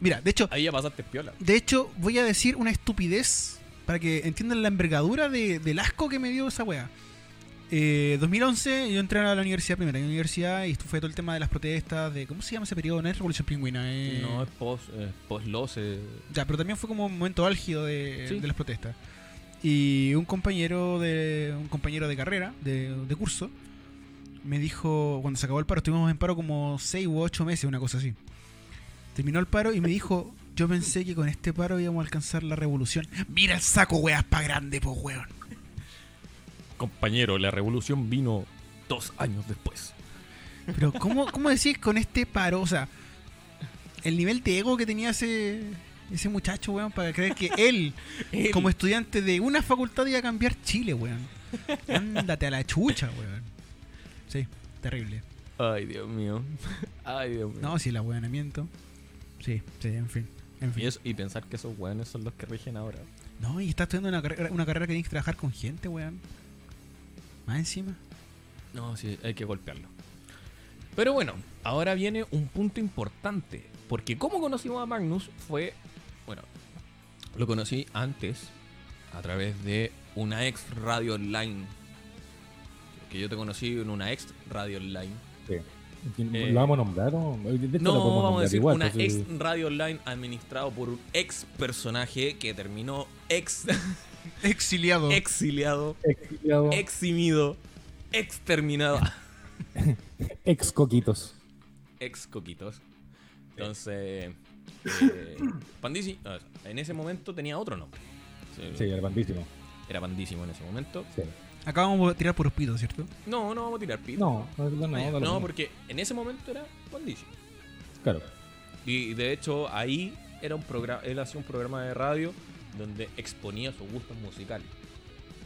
A: Mira, de hecho,
B: Ahí ya pasaste piola.
A: de hecho, voy a decir una estupidez para que entiendan la envergadura de- del asco que me dio esa wea. Eh, 2011 yo entré a la universidad primera, a la universidad y esto fue todo el tema de las protestas, de ¿cómo se llama ese periodo? No es Revolución Pingüina, eh.
B: No, es post, eh, post Lose.
A: Ya, pero también fue como un momento álgido de,
B: Sí.
A: de las protestas. Y un compañero de un compañero de carrera, de, de curso, me dijo, cuando se acabó el paro, estuvimos en paro como 6 u 8 meses, una cosa así. Terminó el paro y me dijo, yo pensé que con este paro íbamos a alcanzar la revolución. Mira el saco, weas, pa' grande, po, weón.
B: Compañero, la revolución vino dos años después.
A: Pero ¿cómo, cómo decís con este paro? O sea, el nivel de ego que tenía ese, ese muchacho, weón, para creer que él como estudiante de una facultad iba a cambiar Chile, weón. Ándate a la chucha, weón. Sí, terrible.
B: Ay, Dios mío. Ay, Dios mío.
A: No, sí, el abuelamiento. Sí, sí, en fin. En
B: y,
A: fin.
B: eso- y pensar que esos weones son los que rigen ahora.
A: No, y estás estudiando una carrera, una carrera que tienes que trabajar con gente, weón. Más encima.
B: No, sí, hay que golpearlo. Pero bueno, ahora viene un punto importante. Porque cómo conocimos a Magnus fue. Bueno, lo conocí antes a través de una ex radio online. Que yo te conocí en una ex radio online. Eh,
C: ¿Lo vamos a nombrar? o- de hecho, la podemos
B: No, vamos a
C: nombrar
B: decir
C: igual, pues,
B: una
C: entonces-
B: ex radio online administrado por un ex personaje que terminó ex
A: Exiliado.
B: exiliado,
C: Exiliado, Ex,
B: eximido, exterminado.
C: coquitos.
B: ex coquitos. Entonces, eh, Pandisi, no, en ese momento tenía otro nombre. Eh.
C: Sí, el bandísimo.
B: Era Pandísimo en ese momento.
C: Sí.
A: Acá vamos a tirar puros pitos, ¿cierto?
B: No, no vamos a tirar pito.
C: No, no, no, no,
B: Oye,
C: da lo mismo.
B: porque en ese momento era Pandísimo.
C: Claro.
B: Y de hecho, ahí era un programa, él hacía un programa de radio donde exponía sus gustos musicales.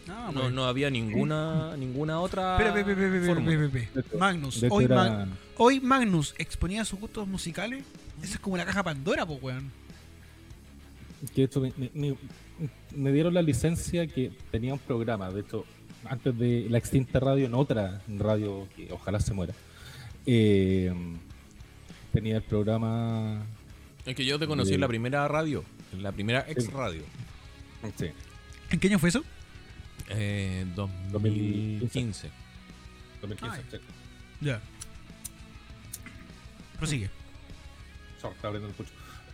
A: Ah,
B: No, no había ninguna ninguna otra
A: Espera, espera, espera, espera,
B: fórmula.
A: espera, espera, espera.
C: De hecho-
A: Magnus,
C: De hecho,
A: hoy,
C: era-
A: Mag- hoy Magnus exponía sus gustos musicales. Eso es como la caja Pandora, pues, weón.
C: que de hecho me, me- me- me dieron la licencia que tenía un programa, de hecho, antes de la extinta radio, en otra radio que ojalá se muera, eh, tenía el programa...
B: Es que yo te conocí en la primera radio, en la primera ex
C: Sí.
B: radio.
C: Sí,
A: ¿En qué año fue eso?
B: Eh, 2015.
C: 2015. sí.
A: Ya. Prosigue.
C: Sorry, estaba abriendo el pucho.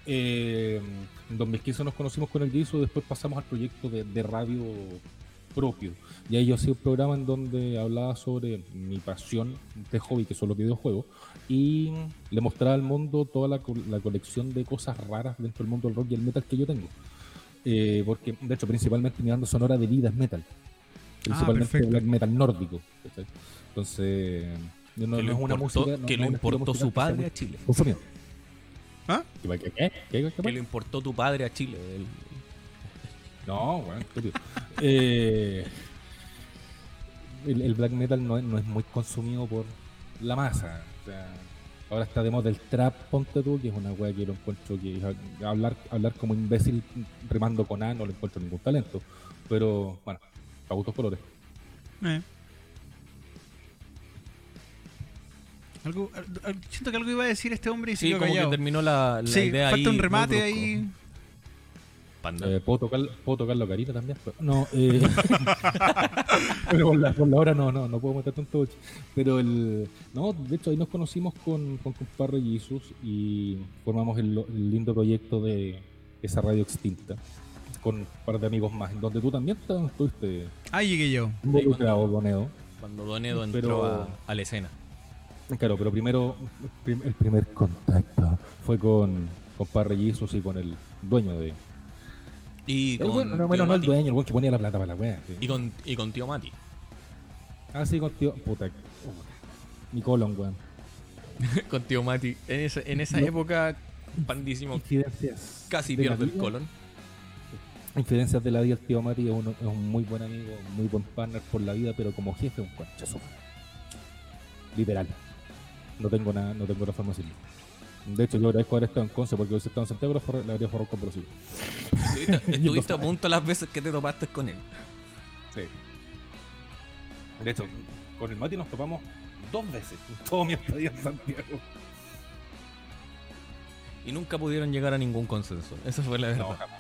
C: Eh, en 2015 nos conocimos con el Giso, después pasamos al proyecto de, de radio propio. Y ahí yo hacía un programa en donde hablaba sobre mi pasión de hobby, que son los videojuegos, y le mostraba al mundo toda la, co- la colección de cosas raras dentro del mundo del rock y el metal que yo tengo. Eh, porque, de hecho, principalmente mi banda sonora de vida es metal.
B: Ah,
C: Principalmente
A: perfecto.
C: black metal nórdico. ¿cachai? Entonces, no, no
B: que
C: es
B: lo
C: una
B: importó,
C: música. no-
B: que lo
C: no es un estilo
B: importó su
C: musical que sea muy
B: padre a Chile.
C: consumido.
A: ¿Ah?
C: ¿Qué? ¿Qué? ¿Qué? ¿Qué? ¿Qué?
B: Que lo importó tu padre a Chile. el-
C: No, bueno, estúpido. Eh, el, el black metal no es, no es muy consumido por la masa. O sea, ahora está de moda el trap, ponte tú, que es una wea que lo encuentro que es hablar, hablar como imbécil rimando con A no le encuentro ningún talento. Pero bueno, para gustos colores.
A: Eh. Algo, al- al- siento que algo iba a decir este hombre y se
B: Sí,
A: quedó
B: como
A: callado.
B: que terminó la, la
A: Sí,
B: idea
A: falta
B: ahí.
A: un
B: muy
A: remate
B: brusco.
A: ahí.
B: Panda.
C: Eh, ¿puedo, tocar, ¿Puedo tocar la carita también? No, eh, pero por la, por la hora no, no, no puedo meter tanto. boche. Pero el. No, de hecho ahí nos conocimos con, con Compadre Jesus y formamos el, lo- el lindo proyecto de esa radio extinta con un par de amigos más, en donde tú también ta- estuviste
A: Ah, llegué yo.
C: involucrado, Bonedo.
B: Cuando Donedo entró
C: Pero-
B: a, a la escena.
C: Claro, pero primero, prim- el primer contacto fue con Compadre Jesus y con el dueño de.
B: Y
C: El
B: con,
C: buen- no,
B: tío
C: Eh, bueno, no el
B: Mati.
C: dueño, el buen que ponía la plata para la wea. sí.
B: Y con, y con tío Mati.
C: Ah, sí, con tío. Puta. oh, Mi colon, weón.
B: con tío Mati. En, esa- en esa
C: No.
B: época,
C: Oh.
B: pandísimo.
C: Incidencias.
B: Casi
C: de la
B: pierdo el
C: vida.
B: colon.
C: Incidencias de la vida, el tío Mati es, uno- es un muy buen amigo, un muy buen partner por la vida, pero como jefe, un conchazo. Literal. No tengo nada, no tengo la forma de decirlo. De hecho, yo agradezco haber estado en Conce, porque hubiese estado en Santiago, la la habría forrado con Brasil.
B: Estuviste,
C: Yendo
B: estuviste a
C: fuera.
B: punto las veces que te topaste con él.
C: Sí. De hecho, con el Mati nos topamos dos veces. Todo mi estadía en Santiago.
B: Y nunca pudieron llegar a ningún consenso. Esa fue la
C: No,
B: verdad.
C: jamás.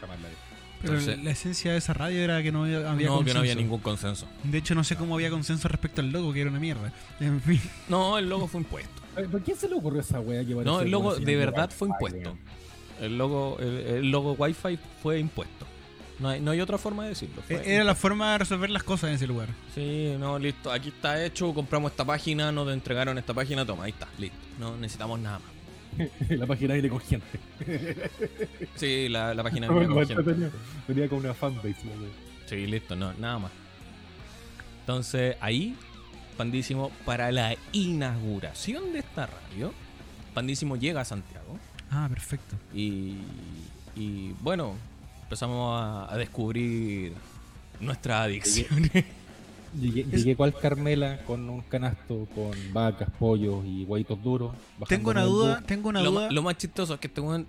C: Jamás la vi.
A: Pero
B: Entonces-
A: la esencia de esa radio era que no había,
B: No,
A: había
B: que no
A: consenso.
B: había ningún consenso.
A: De hecho, no sé cómo había consenso respecto al logo, que era una mierda. En fin.
B: No, el logo fue impuesto.
C: Ay, ¿Por qué se le ocurrió esa wea llevar
B: No, el logo de verdad fue impuesto. El logo, el, el logo Wi-Fi fue impuesto. No hay, no hay otra forma de decirlo. fue-
C: Eh,
A: Era la forma de resolver las cosas en ese lugar.
B: Sí, no, listo. Aquí está hecho, compramos esta página, nos entregaron esta página, toma, ahí está, listo. No necesitamos nada más.
C: la página aire con gente.
B: Sí, la, la página de
C: Bueno,
B: mi gente.
C: tenía, tenía como una fanbase. la wea.
B: Sí, listo, no, nada más. Entonces, ahí, Pandísimo, para la inauguración de esta radio, Pandísimo llega a Santiago
A: Ah, perfecto.
B: y, y, bueno, empezamos a, a descubrir nuestras adicciones.
C: Llegué, llegué cual Carmela con un canasto con vacas, pollos y huevitos duros.
A: Tengo una
C: bajándome
A: duda,
C: del
A: tengo una
B: lo,
A: duda.
B: ma- lo más chistoso es que tengo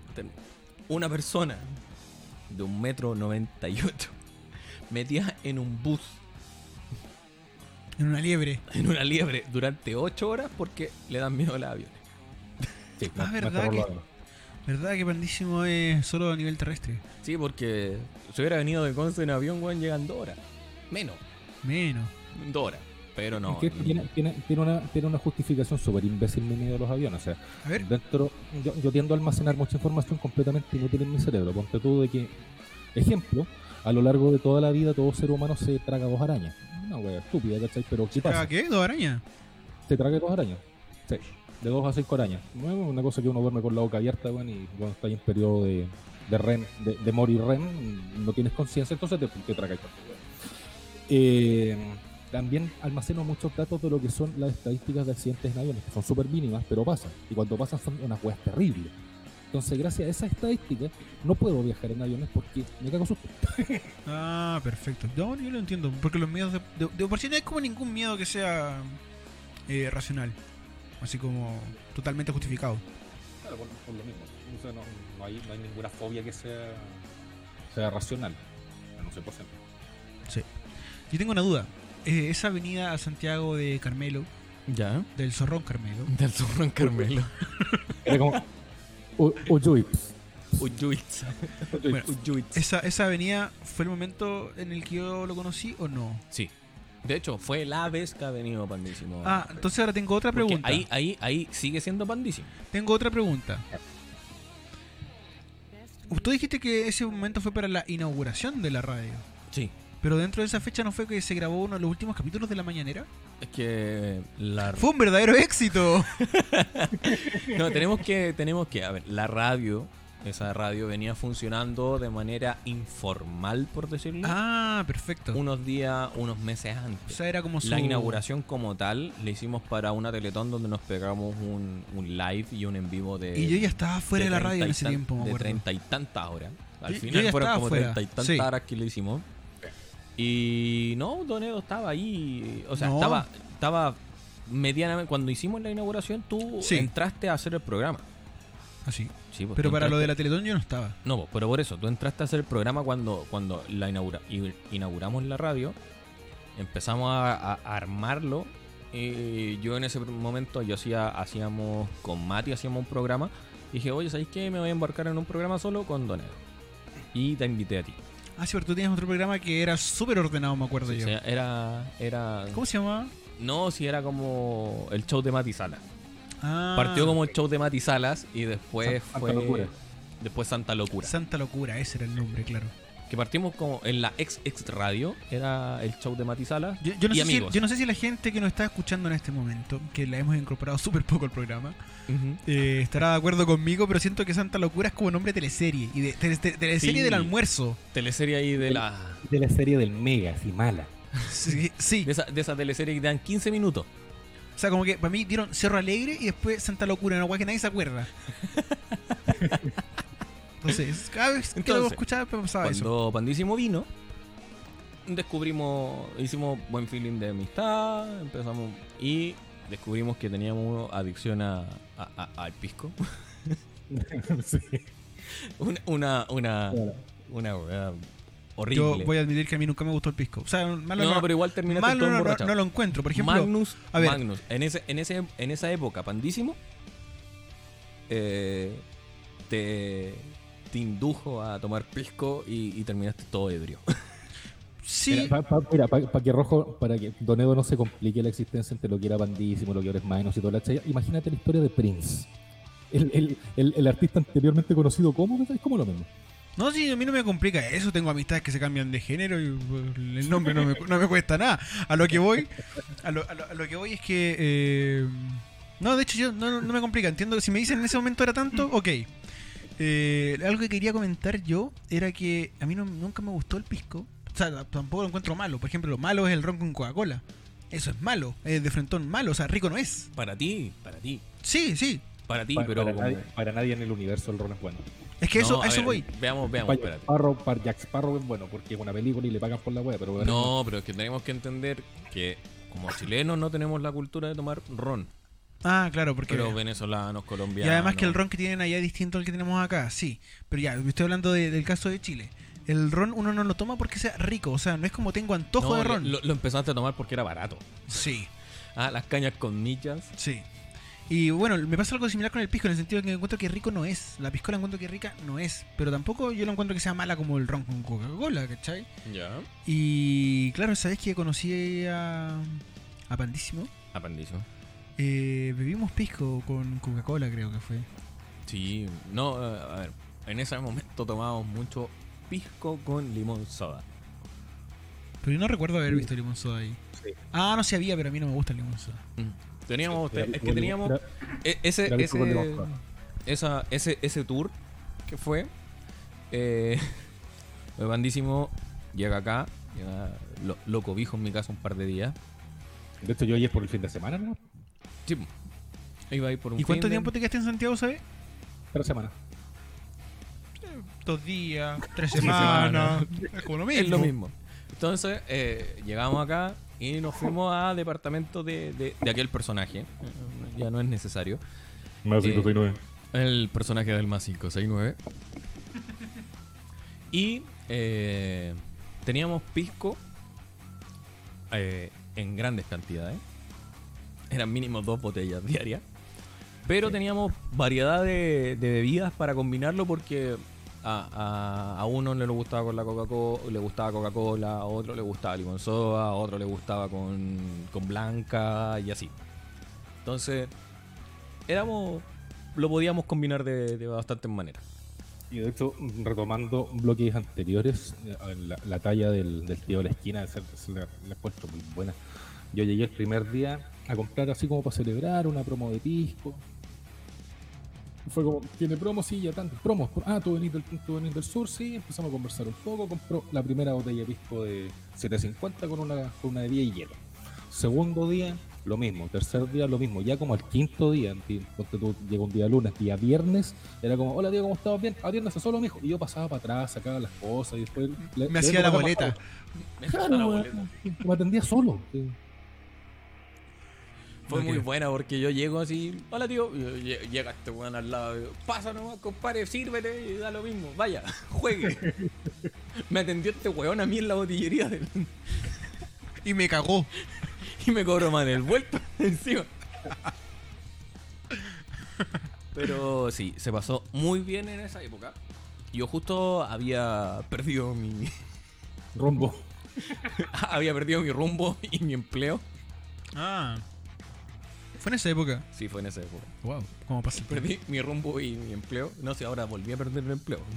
B: una persona de un metro noventa y ocho metida en un bus,
A: En una liebre.
B: en una liebre, durante ocho horas porque le dan miedo los aviones.
C: bus. Sí,
A: Ah,
C: más- más
A: ¿verdad
C: terror
A: que-
C: lo hago.
A: ¿Verdad que Pandísimo es solo a nivel terrestre?
B: Sí, porque si hubiera venido de Conce en avión, weón, llegan dos horas. Menos,
A: Menos.
B: dos horas. Pero no.
C: Es que esto tiene, tiene- tiene una, tiene una justificación súper imbécil mi miedo a los aviones. O sea,
A: A ver,
C: dentro yo, yo tiendo a almacenar mucha información completamente inútil en mi cerebro. Ponte tú de que, ejemplo, a lo largo de toda la vida todo ser humano se traga dos arañas. Una wea estúpida, ¿cachai? Pero ¿qué pasa?
A: ¿a qué? ¿Dos arañas?
C: Se traga dos arañas. Sí. De dos a cinco arañas. Bueno, una cosa que uno duerme con la boca abierta, weón, y cuando está ahí en periodo de, de REM, de, de morir REM, no tienes conciencia, entonces te, te traga el cuerpo, weón. Eh, también almaceno muchos datos de lo que son las estadísticas de accidentes en aviones, que son súper mínimas, pero pasan. Y cuando pasan son unas weas terribles. Entonces, gracias a esas estadísticas, no puedo viajar en aviones porque me cago susto.
A: Ah, perfecto. No, yo lo entiendo. Porque los miedos de, de, de por sí no hay como ningún miedo que sea eh, racional. Así como totalmente justificado.
C: Claro, por, por lo mismo. O sea, no, no hay, no hay ninguna fobia que sea, sea racional. No sé por ciento.
A: Yo tengo una duda. Eh, esa avenida a Santiago de Carmelo,
B: Ya.
A: del Zorrón Carmelo,
B: Del zorro en Carmelo.
C: Era como. U- Uyuips.
B: Uyuitz.
A: Bueno.
B: Uyuitz.
A: ¿esa, ¿esa avenida fue el momento en el que yo lo conocí o no?
B: Sí. De hecho, fue la vez que ha venido Pandísimo.
A: Ah, entonces ahora tengo otra
B: Porque
A: pregunta.
B: Ahí, ahí, ahí sigue siendo Pandísimo.
A: Tengo otra pregunta. Usted dijiste que ese momento fue para la inauguración de la radio.
B: Sí.
A: Pero dentro de esa fecha no fue que se grabó uno de los últimos capítulos de La Mañanera.
B: Es que la
A: Fue un verdadero éxito.
B: No, tenemos que, tenemos que, a ver, la radio, esa radio venía funcionando de manera informal, por decirlo,
A: ah, perfecto.
B: unos días, unos meses
A: o
B: antes.
A: sea, era como su...
B: La inauguración como tal la hicimos para una Teletón donde nos pegamos un, un live y un en vivo de...
A: Y yo ya estaba fuera de, la radio en ese tiempo, me
B: De
A: acuerdo.
B: treinta y tantas horas. Al
A: Yo- yo
B: final
A: ya
B: fueron
A: estaba
B: como
A: fuera,
B: treinta y tantas
A: sí.
B: horas que lo hicimos. Y no, Donedo estaba ahí. O sea,
A: No.
B: estaba, estaba medianamente. Cuando hicimos la inauguración, tú
A: Sí.
B: entraste a hacer el programa.
A: Así.
B: Sí, pues,
A: Pero
B: tú
A: para lo de
B: entraste-
A: la Teletón yo no estaba.
B: No, pues, pero por eso, tú entraste a hacer el programa cuando, cuando la inaugura, i- inauguramos la radio, empezamos a, a- a armarlo Y yo en ese momento yo hacía, hacíamos con Mati, hacíamos un programa. Y dije, oye, ¿sabéis qué? Me voy a embarcar en un programa solo con Donero. Y te invité a ti.
A: Ah, sí, pero tú tenías otro programa que era súper ordenado, me acuerdo
B: O
A: yo.
B: sea, era, era.
A: ¿Cómo se llamaba?
B: No, si era como el show de Mati Salas.
A: Ah,
B: Partió como el show de Mati Salas y después
C: Santa
B: fue.
C: Locura.
B: Después Santa Locura.
A: Santa Locura, ese era el nombre, claro.
B: que partimos como en la ex ex radio. Era el show de Mati Salas.
A: Yo, yo no
B: y
A: sé si,
B: amigos.
A: yo no sé si la gente que nos está escuchando en este momento, que la hemos incorporado súper poco al programa,
B: Ujú.
A: eh, estará de acuerdo conmigo, pero siento que Santa Locura es como nombre de teleserie. Y de, tele- tele- teleserie
B: Sí.
A: del almuerzo.
B: Teleserie ahí de la.
C: De la serie del Mega, así mala.
A: Sí, sí.
B: De esa, de esa teleserie que dan 15 minutos.
A: O sea, como que para mí dieron Cerro Alegre y después Santa Locura, una weá que nadie se acuerda. Entonces, cada vez que lo
B: Entonces,
A: escuchaba pues, pasaba eso.
B: Cuando Pandísimo vino, descubrimos, hicimos buen feeling de amistad, empezamos y descubrimos que teníamos adicción a, a- a- al pisco.
C: Sí.
B: Una, una, una,
C: Claro.
B: una weá horrible.
A: Yo voy a admitir que a mí nunca me gustó el pisco. O sea, malo
B: no,
A: no,
B: pero igual terminaste
A: malo
B: todo
A: no, no,
B: emborrachado.
A: no lo encuentro. Por ejemplo,
B: Magnus,
A: a ver.
B: Magnus. En, ese, en, ese, en esa época, Pandísimo, eh, te, te indujo a tomar pisco y, y terminaste todo ebrio.
A: sí,
C: Para que Rojo, para que Don Edo no se complique la existencia entre lo que era bandísimo, lo que ahora es Magnus y toda la chaya, imagínate la historia de Prince. El, el- el- el artista anteriormente conocido como, ¿no? es como lo mismo.
A: No, sí, a mí no me complica eso. Tengo amistades que se cambian de género y pues, el nombre no me, no me cuesta nada. A lo que voy, a lo, a lo- a lo que voy es que. eh, no, de hecho, yo no, no- no me complica. Entiendo que si me dicen en ese momento era tanto, ok. Eh, algo que quería comentar yo era que a mí no- nunca me gustó el pisco. O sea, tampoco lo encuentro malo. Por ejemplo, lo malo es el ron con Coca-Cola. Eso es malo. Es de frentón malo. O sea, rico no es.
B: Para ti, para ti,
A: Sí, sí.
B: para ti,
C: para,
B: pero
C: para
B: como-
C: nadie, para nadie en el universo el rol es bueno.
A: Es que eso,
B: No,
A: a eso
B: ver,
A: voy.
B: Veamos, veamos,
C: Para Jack,
B: espérate.
C: Sparrow, para Jack Sparrow es bueno porque es una película y le pagan por la wea, pero bueno,
B: No, pero es que tenemos que entender que como chilenos no tenemos la cultura de tomar ron.
A: Ah, claro, porque.
B: Pero venezolanos,
A: Y
B: colombianos.
A: además que el ron que tienen allá es distinto al que tenemos acá, sí. Pero ya, estoy hablando de- del caso de Chile. El ron uno no lo toma porque sea rico, o sea, no es como tengo antojo
B: No,
A: de ron.
B: Lo, lo empezaste a tomar porque era barato.
A: Sí,
B: Ah, las cañas con nichas.
A: sí. Y bueno, me pasa algo similar con el pisco, en el sentido que encuentro que rico no es. La piscola encuentro que rica no es. Pero tampoco yo lo encuentro que sea mala como el ron con Coca-Cola, ¿cachai?
B: Ya.
A: Y claro, ¿sabes que conocí a, a Pandísimo?
B: Aprendizo.
A: Eh, bebimos pisco con Coca-Cola, creo que fue.
B: Sí, no, eh, a ver. En ese momento tomábamos mucho pisco con limón soda.
A: Pero yo no recuerdo
B: Uh.
A: haber visto limón soda ahí. Ah, no se había, pero a mí no me gusta el limón soda.
B: Teníamos,
C: era
B: es
C: pisco
B: que
C: con
B: teníamos
C: limón-
B: E- ese,
C: Era
B: ese,
C: disco con limón soda.
B: esa- ese, ese tour que fue, eh, el bandísimo llega acá, llega, lo, lo cobijo en mi casa un par de días.
C: era- de hecho, yo ayer por el fin de semana, ¿no?
B: Sí, po. iba a ir por un
A: ¿Y cuánto
B: fin de-
A: tiempo te quedaste en Santiago, sabes?
C: Tres semanas.
A: Dos días, tres
B: semanas.
A: semanas. Es como lo mismo.
B: Es lo mismo. Entonces, eh, llegamos acá y nos fuimos a departamento de, de- de aquel personaje. Ya no es necesario.
C: Más
B: Eh, El personaje del más 569. Y eh, teníamos pisco eh, en grandes cantidades. Eran mínimo dos botellas diarias. Pero teníamos variedad de, de bebidas para combinarlo porque a, a- a uno le gustaba con la Coca-Cola, le gustaba Coca-Cola, a otro le gustaba limón soda, a otro le gustaba con, con blanca y así. Entonces, éramos lo podíamos combinar de, de bastantes maneras.
C: Y de hecho, retomando bloques anteriores, eh, la, la talla del, del tío de la esquina se, se la, la encuentro muy buena. Yo llegué el primer día a comprar así como para celebrar una promo de pisco. Fue como, tiene promo, sí, ya tanto. Promos, pro- ah, tú venís, del, tú venís del sur, sí, empezamos a conversar un poco. Compró la primera botella de pisco de 750 con una, con una de 10 y hielo. Segundo día, lo mismo. Tercer día, lo mismo. Ya como al quinto día, ti- ponte tú, llegó un día lunes, día viernes, era como, hola Diego, ¿cómo estás? Bien, atiéndase solo, mijo. Y yo pasaba para atrás, sacaba las cosas y después... le-
A: Me
C: le
A: hacía la
C: vengo para acá
A: boleta.
C: abajo. Claro, weón, me atendía solo. Sí.
B: Fue
A: No
B: muy
A: creo.
B: buena porque yo llego así, hola tío, y lle- llega este weón al lado, y yo, pasa nomás, compadre, sírvete y da lo mismo, vaya, juegue. me atendió este weón a mí en la botillería del-
A: Y me cagó.
B: y me cobró mal el vuelto. Encima. Pero sí, se pasó muy bien en esa época. Yo justo había perdido mi.
C: Rumbo.
B: había perdido mi rumbo y mi empleo.
A: Ah. Fue en esa época.
B: Sí, fue en esa época.
A: Wow. ¿Cómo pasa el tiempo?
B: Perdí mi rumbo y mi empleo. No sé, ahora volví a perder el empleo.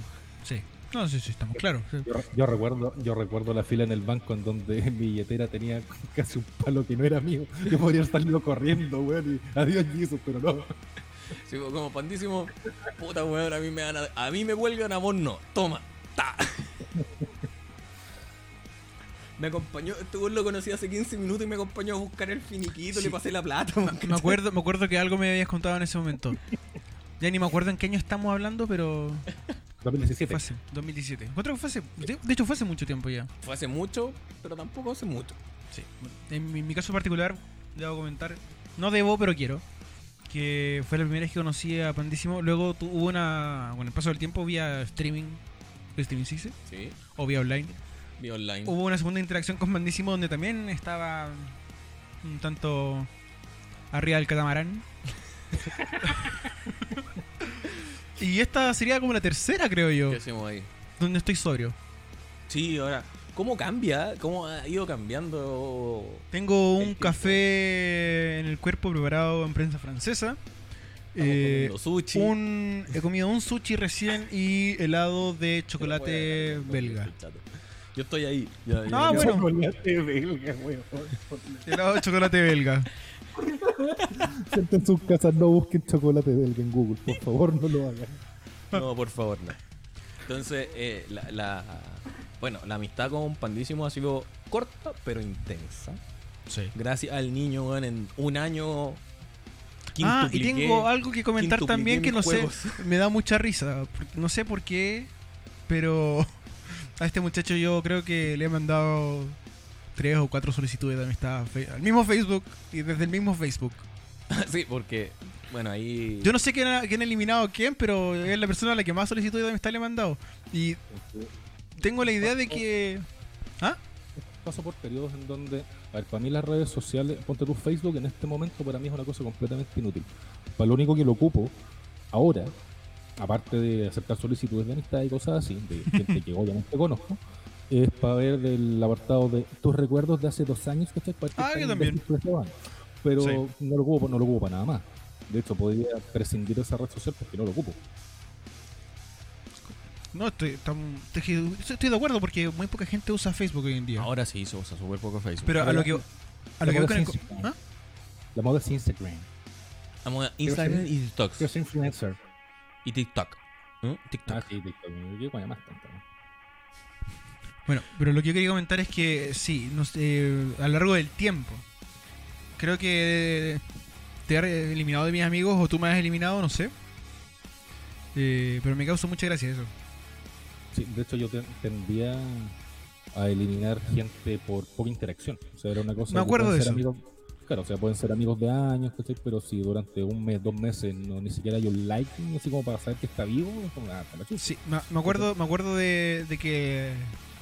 A: Sí. No, sí, sí, estamos claros. sí.
C: Yo, yo recuerdo, yo recuerdo la fila en el banco en donde mi billetera tenía casi un palo que no era mío. Yo podría haber salido corriendo, weón, y adiós Jesus, pero no.
B: Sí, fue como pandísimo. Puta weón, a mí me van a. A mí me vuelven a vos no. Toma. Ta. Me acompañó, este weón lo conocí hace 15 minutos y me acompañó a buscar el finiquito, le pasé la plata, weón.
A: Me acuerdo, me acuerdo que algo me habías contado en ese momento. Ya ni me acuerdo en qué año estamos hablando, pero
C: 2017.
A: fue hace 2017. Encuentro que fue hace, de, de hecho fue hace mucho tiempo ya.
B: Fue hace mucho, pero tampoco hace mucho.
A: Sí. En mi, mi caso particular, debo comentar, no debo, pero quiero, que fue la primera vez que conocí a Pandísimo. Luego tu- hubo una, con el paso del tiempo, vía streaming, streaming se dice?
B: Sí,
A: o vía online.
B: vi online.
A: Hubo una segunda interacción con Pandísimo donde también estaba un tanto arriba del catamarán. y esta sería como la tercera, creo yo,
B: ¿Qué hacemos ahí?
A: donde estoy sobrio.
B: Sí, ahora, ¿cómo cambia? ¿Cómo ha ido cambiando?
A: Tengo
B: El
A: un
B: tiempo.
A: café en el cuerpo preparado en prensa francesa. Eh,
B: Ah, Los sushi.
A: un, he comido un sushi recién y helado de chocolate belga. Ah,
B: Yo estoy ahí. Ya, ya,
A: No,
B: ya.
A: bueno.
C: Chocolate belga, weón.
A: Helado de chocolate belga.
C: Gente en sus casas no busquen chocolate belga en Google, por favor, no lo hagan.
B: No, por favor, no. Entonces, eh, la, la- bueno, la amistad con Pandísimo ha sido corta pero intensa.
A: Sí.
B: Gracias al niño, weón, en un año.
A: Ah, y
B: quintupliqué.
A: tengo algo que comentar
B: quintupliqué
A: también que no
B: mis
A: sé,
B: juegos.
A: me da mucha risa. porque No sé por qué, pero a este muchacho yo creo que le he mandado tres o cuatro solicitudes de amistad a Fe- al mismo Facebook y desde el mismo Facebook.
B: sí, porque, bueno, ahí.
A: Yo no sé quién ha, quién ha eliminado a quién, pero es la persona a la que más solicitudes de amistad le he mandado. Y tengo la idea de que... ¿Ah?
C: Paso por periodos en donde, a ver, para mí las redes sociales, ponte tu Facebook en este momento para mí es una cosa completamente inútil. Para lo único que lo ocupo ahora, aparte de aceptar solicitudes de amistad y cosas así, de gente que obviamente conozco, es para ver el apartado de tus recuerdos de hace dos años, ¿cachai? Para ver
A: Ah,
C: qué
A: yo
C: tan
A: también.
C: imbéciles se van. Pero
A: Sí.
C: no, lo ocupo, no lo ocupo para nada más. De hecho, podría prescindir de esa red social porque no lo ocupo.
A: No, estoy, tam- estoy, estoy de acuerdo porque muy poca gente usa Facebook hoy en día.
B: Ahora sí hizo, o sea, súper poco Facebook.
A: pero a lo que... A lo que voy con el co- ¿Ah?
C: La moda es Instagram.
B: Vamos a Instagram y TikTok.
C: Yo soy influencer.
B: Y TikTok. ¿Mm? TikTok.
C: Ah, sí, TikTok. Yo coño más tanto.
A: Bueno, pero lo que yo quería comentar es que sí, no sé, eh, a lo largo del tiempo. Creo que te has eliminado de mis amigos o tú me has eliminado, no sé. Eh, pero me causó mucha gracia eso.
C: Sí, de hecho yo te- tendía a eliminar gente por poca interacción. O sea, era una cosa...
A: Me
C: que
A: acuerdo
C: pueden
A: de
C: ser
A: eso.
C: amigos- claro, o sea, pueden ser amigos de años, ¿cachai? Pero si durante un mes, dos meses, no, ni siquiera hay un like, ni así como para saber que está vivo, es como, ah, está la chucha.
A: Sí, me, me acuerdo, me acuerdo de, de que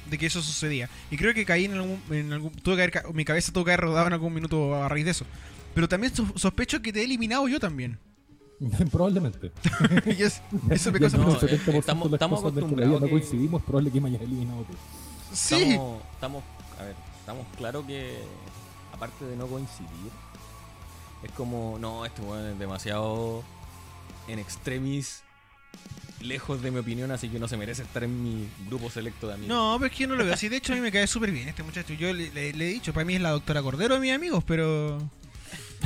A: de que eso sucedía. Y creo que caí en algún, en algún- tuve que haber ca- mi cabeza tuvo que haber rodado en algún minuto a raíz de eso. Pero también so- sospecho que te he eliminado yo también.
C: Probablemente.
A: y es- eso me
C: Yo
A: causa mucha
C: creo que
B: No, eh,
C: el 70% de
B: estamos-
C: las
B: estamos
C: cosas de las que
B: acostumbrados
C: no
B: que-
C: coincidimos, es probable que me hayas eliminado tú.
A: Sí.
B: Estamos, estamos, a ver, estamos claro que, aparte de no coincidir, es como, no, este weón es demasiado en extremis, lejos de mi opinión, así que no se merece estar en mi grupo selecto de amigos.
A: No, pero es que yo no lo veo así. De hecho, a mí me cae súper bien este muchacho. Yo le, le- le he dicho, para mí es la doctora Cordero de mis amigos, pero.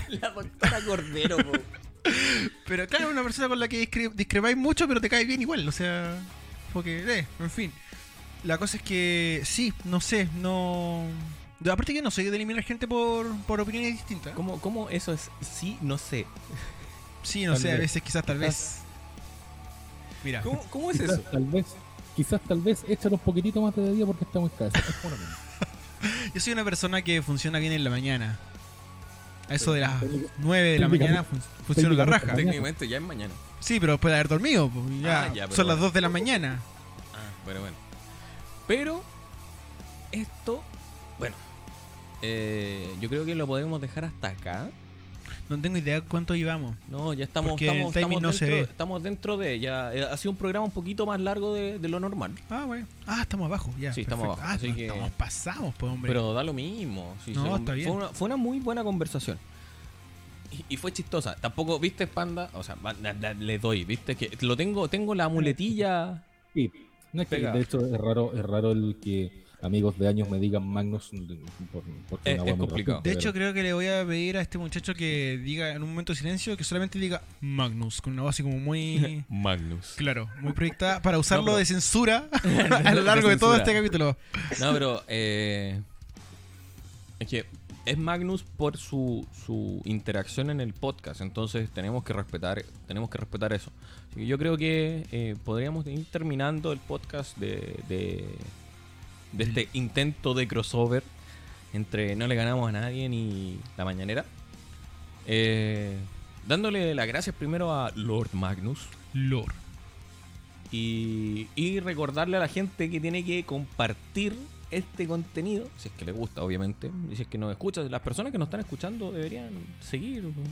B: La doctora Cordero, po.
A: Pero claro, es una persona con la que discre- discrepáis mucho, pero te cae bien igual. O sea, porque, eh, en fin. La cosa es que, sí, no sé, no. de- Aparte que no soy de eliminar gente por, por opiniones distintas.
B: ¿Cómo, ¿Cómo eso es? Sí, no sé.
A: Sí, no
C: Tal
A: sé, a
C: vez.
A: veces quizás tal vez. Mira,
B: ¿Cómo, cómo
A: Pues
B: es
C: Quizás,
B: eso?
C: tal vez, quizás, tal vez, échale un poquitito más de día porque está muy escaso. Es una mierda.
A: yo soy una persona que funciona bien en la mañana. A eso de las 9 de la
C: técnicamente-
A: mañana fun- funciono la raja.
C: técnicamente-
B: Técnicamente ya es mañana.
A: Sí, pero después de haber dormido, pues, ya,
B: Ah, ya, pero
A: son las
B: bueno.
A: 2 de la mañana.
B: Ah, bueno, bueno. Pero esto, bueno, eh, yo creo que lo podemos dejar hasta acá.
A: No tengo idea cuánto llevamos.
B: No, ya estamos,
A: Porque
B: estamos,
A: el timing
B: estamos
A: no se
B: dentro,
A: ve.
B: estamos dentro de. Ya, eh, ha sido un programa un poquito más largo de, de lo normal.
A: Ah, güey. Ah, estamos abajo, ya.
B: Sí, estamos
A: perfecto.
B: abajo,
A: Ah,
B: así
A: no,
B: que-
A: estamos pasados, pues, hombre.
B: Pero da lo mismo. sí,
A: No,
B: se-
A: está bien.
B: Fue una, fue una muy buena conversación. Y, y fue chistosa. Tampoco, viste, Panda. O sea, va- la- la- le doy, viste, que lo tengo, tengo la muletilla.
C: Sí. No es que,
B: Pegado.
C: de hecho, es raro, es raro el que amigos de años me digan Magnus por, porque
B: Es-
C: una
B: es
C: hueá muy
B: complicado.
C: racista,
A: de hecho,
C: pero-
A: creo que le voy a pedir a este muchacho que diga en un momento de silencio que solamente diga Magnus, con una voz así como muy.
B: Magnus.
A: Claro, muy proyectada para usarlo
B: pero-
A: de censura a lo largo de todo este capítulo.
B: No, pero. eh, es que es Magnus por su, su interacción en el podcast. Entonces tenemos que respetar, tenemos que respetar eso. Así que yo creo que eh, podríamos ir terminando el podcast de, de, de este intento de crossover entre No le ganamos a nadie ni La Mañanera. Eh, dándole las gracias primero a Lord Magnus.
A: Lore.
B: Y, y recordarle a la gente que tiene que compartir este contenido, si es que le gusta, obviamente. Y si es que nos escucha, las personas que nos están escuchando deberían seguir. po.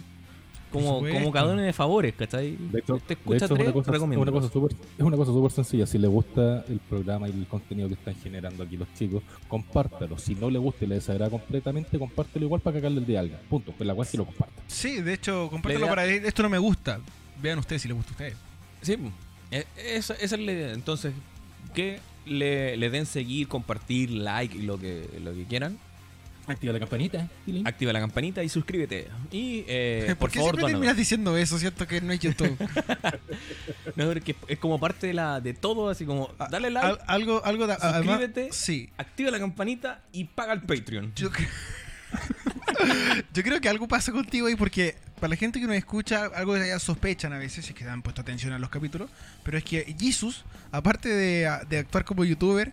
B: Como,
A: supuesto.
B: como cada uno de favores, ¿cachai?
C: De hecho,
B: te
C: de
B: escucha
C: hecho, es
B: tres,
C: una cosa- es una
B: recomiéndalos.
C: cosa súper- es una cosa súper sencilla. Si les gusta el programa y el contenido que están generando aquí los chicos, compártalo. Si no le gusta y le desagrada completamente, compártelo igual para cagarle el día a alguien. Punto. Con la cual que lo compartan.
A: Sí, de hecho, compártelo
B: La idea-
A: para decir, esto no me gusta. Vean ustedes si les gusta a ustedes.
B: Sí, po. E- esa, esa es la idea. Entonces, que le, le den seguir, compartir, like, y lo que, lo que quieran.
C: Activa la campanita. tilín.
B: Activa la campanita y suscríbete. Y, eh,
A: ¿Por,
B: por
A: qué
B: favor,
A: siempre
B: dónanos.
A: terminas diciendo eso, cierto? Que no es YouTube.
B: No, porque es como parte de, la, de todo, así como,
C: Ah,
B: dale like.
A: Ah, Al- algo, algo de, además-
B: Suscríbete.
A: sí.
B: Activa la campanita y paga el Patreon.
A: Yo, cre- Yo creo que algo pasa contigo ahí porque para la gente que nos escucha, algo que ya sospechan a veces, si es que han puesto atención a los capítulos, pero es que Jesus, aparte de, de actuar como youtuber,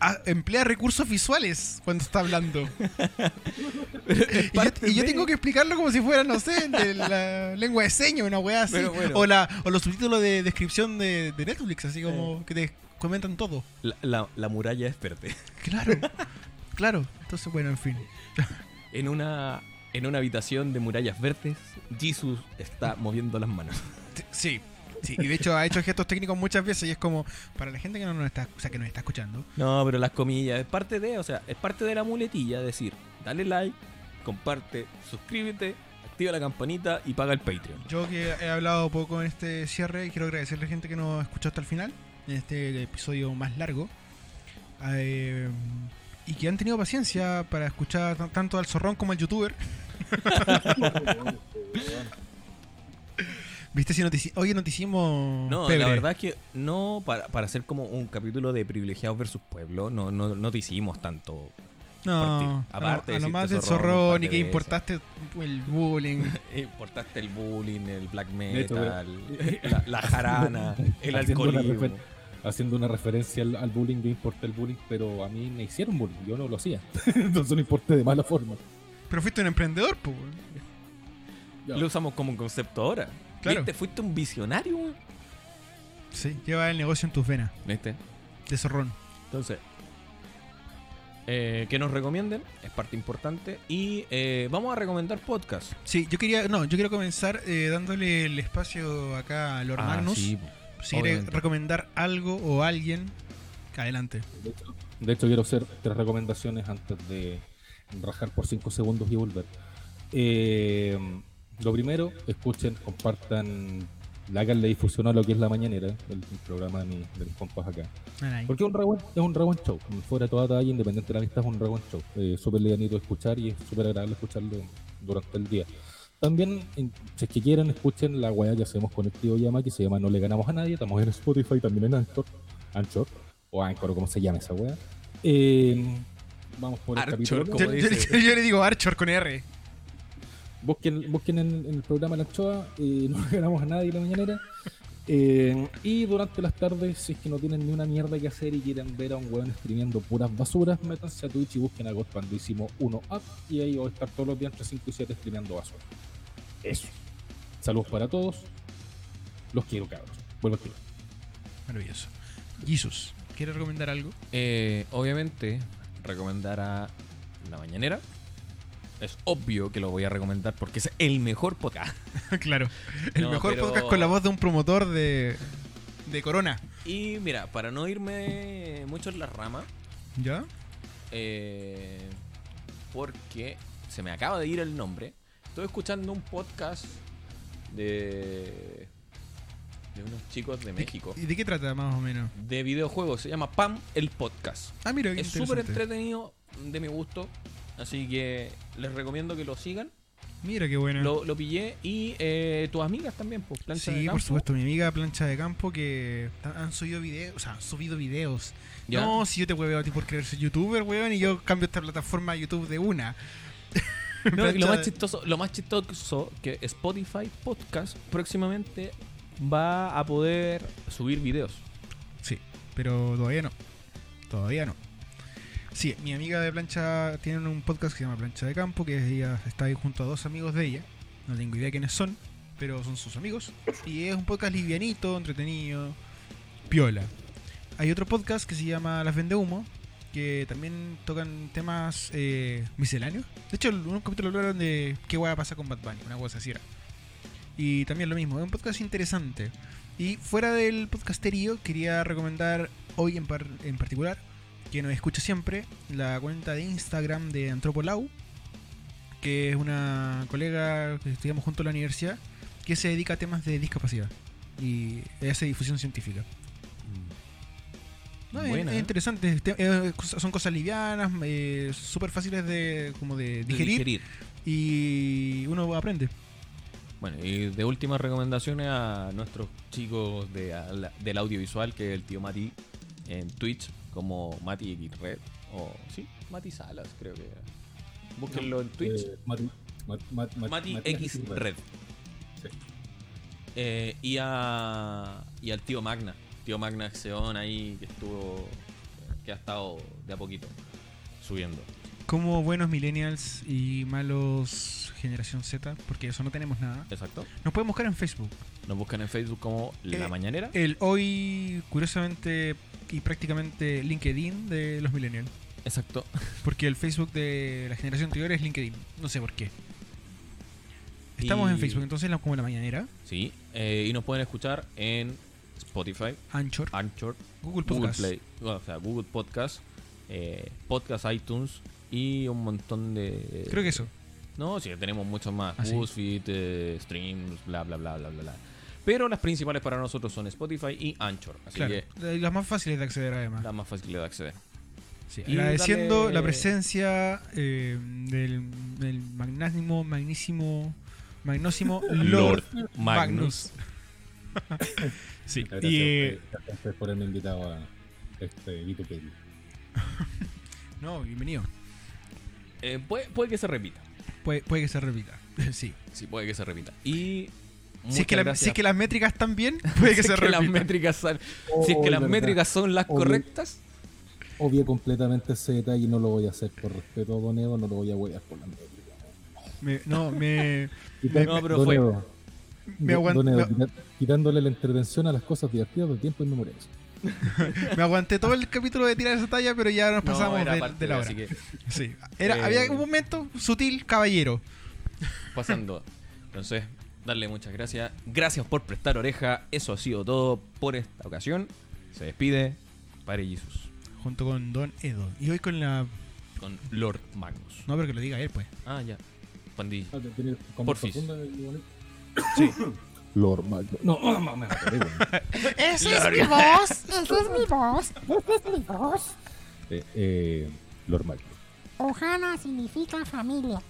A: a- emplea recursos visuales cuando está hablando. Y yo,
B: parte
A: y yo
B: de-
A: tengo que explicarlo como si fuera, no sé, de la lengua de señas, una weá así.
B: Pero bueno.
A: O, la, o los subtítulos de descripción de, de Netflix, así como que te comentan todo.
B: La, la- la muralla es verde.
A: Claro, claro. Entonces, bueno, en fin.
B: En una, en una habitación de murallas verdes, Jesus está moviendo las manos.
A: Sí, sí. Y de hecho ha hecho gestos técnicos muchas veces y es como, para la gente que no nos está, o sea, que nos está escuchando,
B: No, pero las comillas, es parte de, o sea, es parte de la muletilla, decir, dale like, comparte, suscríbete, activa la campanita y paga el Patreon.
A: yo que he hablado poco en este cierre, quiero agradecerle a la gente que nos escuchó hasta el final, en este episodio más largo, eh, y que han tenido paciencia para escuchar tan- tanto al zorrón como al youtuber. ¿Viste si notici oye nos hicimos
B: No,
A: pebre?
B: la verdad es que no, para, para hacer como un capítulo de privilegiados versus pueblo, no, no, no te hicimos tanto.
A: No,
B: partir. Aparte
A: a
B: de
A: lo más del
B: decirte
A: zorrón,
B: zorrón un par
A: y
B: de
A: que
B: veces.
A: importaste el bullying.
B: Importaste Eh, el bullying, el black
C: hecho, pero-
B: metal, la, la jarana, el
C: Haciendo una
B: alcoholismo.
C: refer- Haciendo una referencia al, al bullying, yo importé el bullying, pero a mí me hicieron bullying, yo no lo hacía. Entonces lo importé de mala forma.
A: Pero fuiste un emprendedor, pues.
C: Ya.
B: Lo usamos como un concepto ahora.
A: Claro.
B: ¿Viste? Fuiste un visionario, weón.
A: Sí, lleva el negocio en tus venas,
B: ¿Viste?
A: de zorrón.
B: Entonces, eh, que nos recomienden es parte importante. Y eh, vamos a recomendar podcast.
A: Sí, yo quería, no, yo quiero comenzar eh, dándole el espacio acá a Lord
B: Ah,
A: Magnus. si quiere
B: obviamente.
A: recomendar algo o alguien, adelante.
C: De hecho, de hecho, quiero hacer tres recomendaciones antes de rajar por 5 segundos y volver. Eh, lo primero, escuchen, compartan, háganle difusión a lo que es La Mañanera, el, el programa de, mi- de mis compas acá.
A: Nanay.
C: Porque es un re buen- es un re buen show. Fuera de toda talla, independiente de la amistad, es un re buen show. Eh, súper livianito de escuchar y es súper agradable escucharlo durante el día. También, en- si es que quieren, escuchen la weá que hacemos con el tío Yama, que se llama No le ganamos a nadie. Estamos en Spotify, también en Anchor. Anchor, o Anchor, o como se llama esa weá. Eh, vamos por el
B: Archor,
C: capítulo.
B: como
A: Yo, yo-
B: dice.
A: yo le digo Archor con R.
C: Busquen, busquen en, en el programa La Anchoa, eh, no le ganamos a nadie la mañanera. Eh, y durante las tardes, si es que no tienen ni una mierda que hacer y quieren ver a un weón streameando puras basuras, métanse a Twitch y busquen a Godpandísimo 1 Up y ahí voy a estar todos los días entre 5 y 7 streameando basura. Eso. Saludos para todos. Los quiero, cabros. Vuelvo a escribir.
A: Maravilloso. Jesus, ¿quiere recomendar algo?
B: Eh, obviamente, recomendar a La Mañanera. es obvio que lo voy a recomendar porque es el mejor podcast.
A: claro. El
B: No,
A: mejor
B: pero-
A: podcast con la voz de un promotor de, de Corona.
B: Y mira, para no irme mucho en la rama,
A: ¿Ya?
B: eh, porque se me acaba de ir el nombre, estoy escuchando un podcast de, de unos chicos de México,
A: ¿Y de qué trata más o menos?
B: de videojuegos, se llama Pam el Podcast.
A: Ah, mira, qué
B: Es súper
A: interesante.
B: entretenido, de mi gusto, así que les recomiendo que lo sigan.
A: Mira qué bueno.
B: Lo, lo pillé y eh, tus amigas también, pues, plancha
A: Mm. sí,
B: de
A: por
B: campo.
A: supuesto, mi amiga plancha de campo que ta- han subido videos, o sea, han subido videos.
B: Ya.
A: No, si yo te hueveo a ti por creerse youtuber, weón, y yo cambio esta plataforma a YouTube de una.
B: No, y
A: Plancha
B: lo más
A: de-
B: chistoso, lo más chistoso que Spotify Podcast próximamente va a poder subir videos.
A: Sí, pero todavía no. Todavía no. Sí, mi amiga de plancha tiene un podcast que se llama Plancha de Campo, que ella está ahí junto a dos amigos de ella. No tengo idea quiénes son, pero son sus amigos. Y es un podcast livianito, entretenido, piola. Hay otro podcast que se llama Las Vende Humo, que también tocan temas eh, misceláneos. De hecho, en un capítulo hablaron de qué guay pasa con Bad Bunny, una cosa así era. Y también lo mismo, es un podcast interesante. Y fuera del podcasterío, quería recomendar hoy en, par- en particular, que nos escucha siempre, la cuenta de Instagram de Antropolau, que es una colega que estudiamos junto a la universidad, que se dedica a temas de discapacidad y hace difusión científica. No, es-
B: Buena,
A: es,
B: ¿eh?
A: interesante, este- eh, cosa- son cosas livianas, eh, súper fáciles de, como de digerir, y uno aprende.
B: Bueno, y de últimas recomendaciones a nuestros chicos de, al- del audiovisual, que es el tío Mati en Twitch, como Mati X Red, o sí, Mati Salas, creo que era. Búsquenlo en Twitch.
C: Eh, Mati, Mati- Mati- Mati-
B: Mati
C: Matías
B: X
C: Silva.
B: Red.
C: Sí.
B: Eh, y, a, y al tío Magna, tío Magna Xeon ahí que estuvo, que ha estado de a poquito subiendo.
A: Como buenos millennials y malos generación Z, porque eso no tenemos nada,
B: Exacto.
A: nos pueden buscar en Facebook.
B: Nos buscan en Facebook como La
A: Eh,
B: Mañanera.
A: El hoy, curiosamente, y prácticamente LinkedIn de los millennials.
B: Exacto.
A: Porque el Facebook de la generación anterior es LinkedIn. No sé por qué. Estamos en
B: Y-
A: Facebook, entonces la- como la mañanera,
B: Sí. eh, y nos pueden escuchar en Spotify,
A: Anchor,
B: Anchor,
A: Google
B: Ah, Google
A: Podcast.
B: Play, bueno, o sea, Google Podcast, eh, Podcast iTunes y un montón de...
A: Creo que eso.
B: No, sí, tenemos muchos más.
A: Ah, sí.
B: BuzzFeed, eh, streams, bla, bla, bla, bla, bla, bla. Pero las principales para nosotros son Spotify y Anchor. Así
A: claro.
B: que
A: de Las más fáciles de acceder además.
B: da más facilidad de acceder.
A: Sí,
B: Y
A: agradeciendo
B: dale-
A: la presencia eh, del, del magnánimo, magnísimo, magnósimo Lord Magnus. sí,
C: Muchas Gracias,
A: y, eh,
C: gracias, gracias por haberme invitado a este Vitupedio.
A: no, bienvenido.
B: Eh, puede, puede que se repita.
A: Puede, puede que se repita. Sí.
B: Sí, puede que se repita. Y.
A: Si es, que la-
B: muchas
A: si es que
B: gracias.
A: las métricas están bien, puede que
B: Si
A: se
B: es que
A: repita.
B: las métricas son, si es
C: Oh,
B: que las
C: verdad.
B: métricas son las
C: Oh,
B: correctas,
C: Obvié completamente ese detalle y no lo voy a hacer por respeto a Donedo, no lo voy a huear por la métrica.
A: Me- no, me,
C: Y
A: Me-
C: tan-
B: no, pero fue.
C: Donedo,
A: Me
C: Do-
A: aguant-
C: Donedo,
A: me-
C: quita- quitándole la intervención a las cosas divertidas de tiempo y memoria.
A: me aguanté todo el capítulo de tirar esa talla, pero ya nos
B: no,
A: pasamos
B: era
A: de,
B: parte
A: de la
B: de-
A: hora.
B: Así que,
A: Sí. Era,
B: Eh,
A: había un momento sutil, caballero.
B: pasando. Entonces, darle muchas gracias. Gracias por prestar oreja. Eso ha sido todo por esta ocasión. Se despide. Padre Jesús.
A: Junto con Don Edo. Y hoy con la.
B: Con Lord Magnus.
A: No, pero que lo diga él, pues.
B: Ah, ya. Pandilla.
C: Ah, tiene como
B: Porfis.
C: profunda y bonita. Lord Magno. No, no, no, me acordé, bueno.
D: Esa es mi voz. Esa es mi voz. Esa es mi voz.
C: Eh, eh, Lord Magno.
D: Ohana significa familia.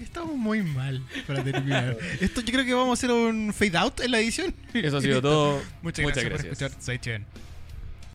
A: Estamos muy mal para terminar. Esto yo creo que vamos a hacer un fade out en la edición.
B: Eso ha sido todo.
A: Muchas, gracias, por escuchar. Sei Chen.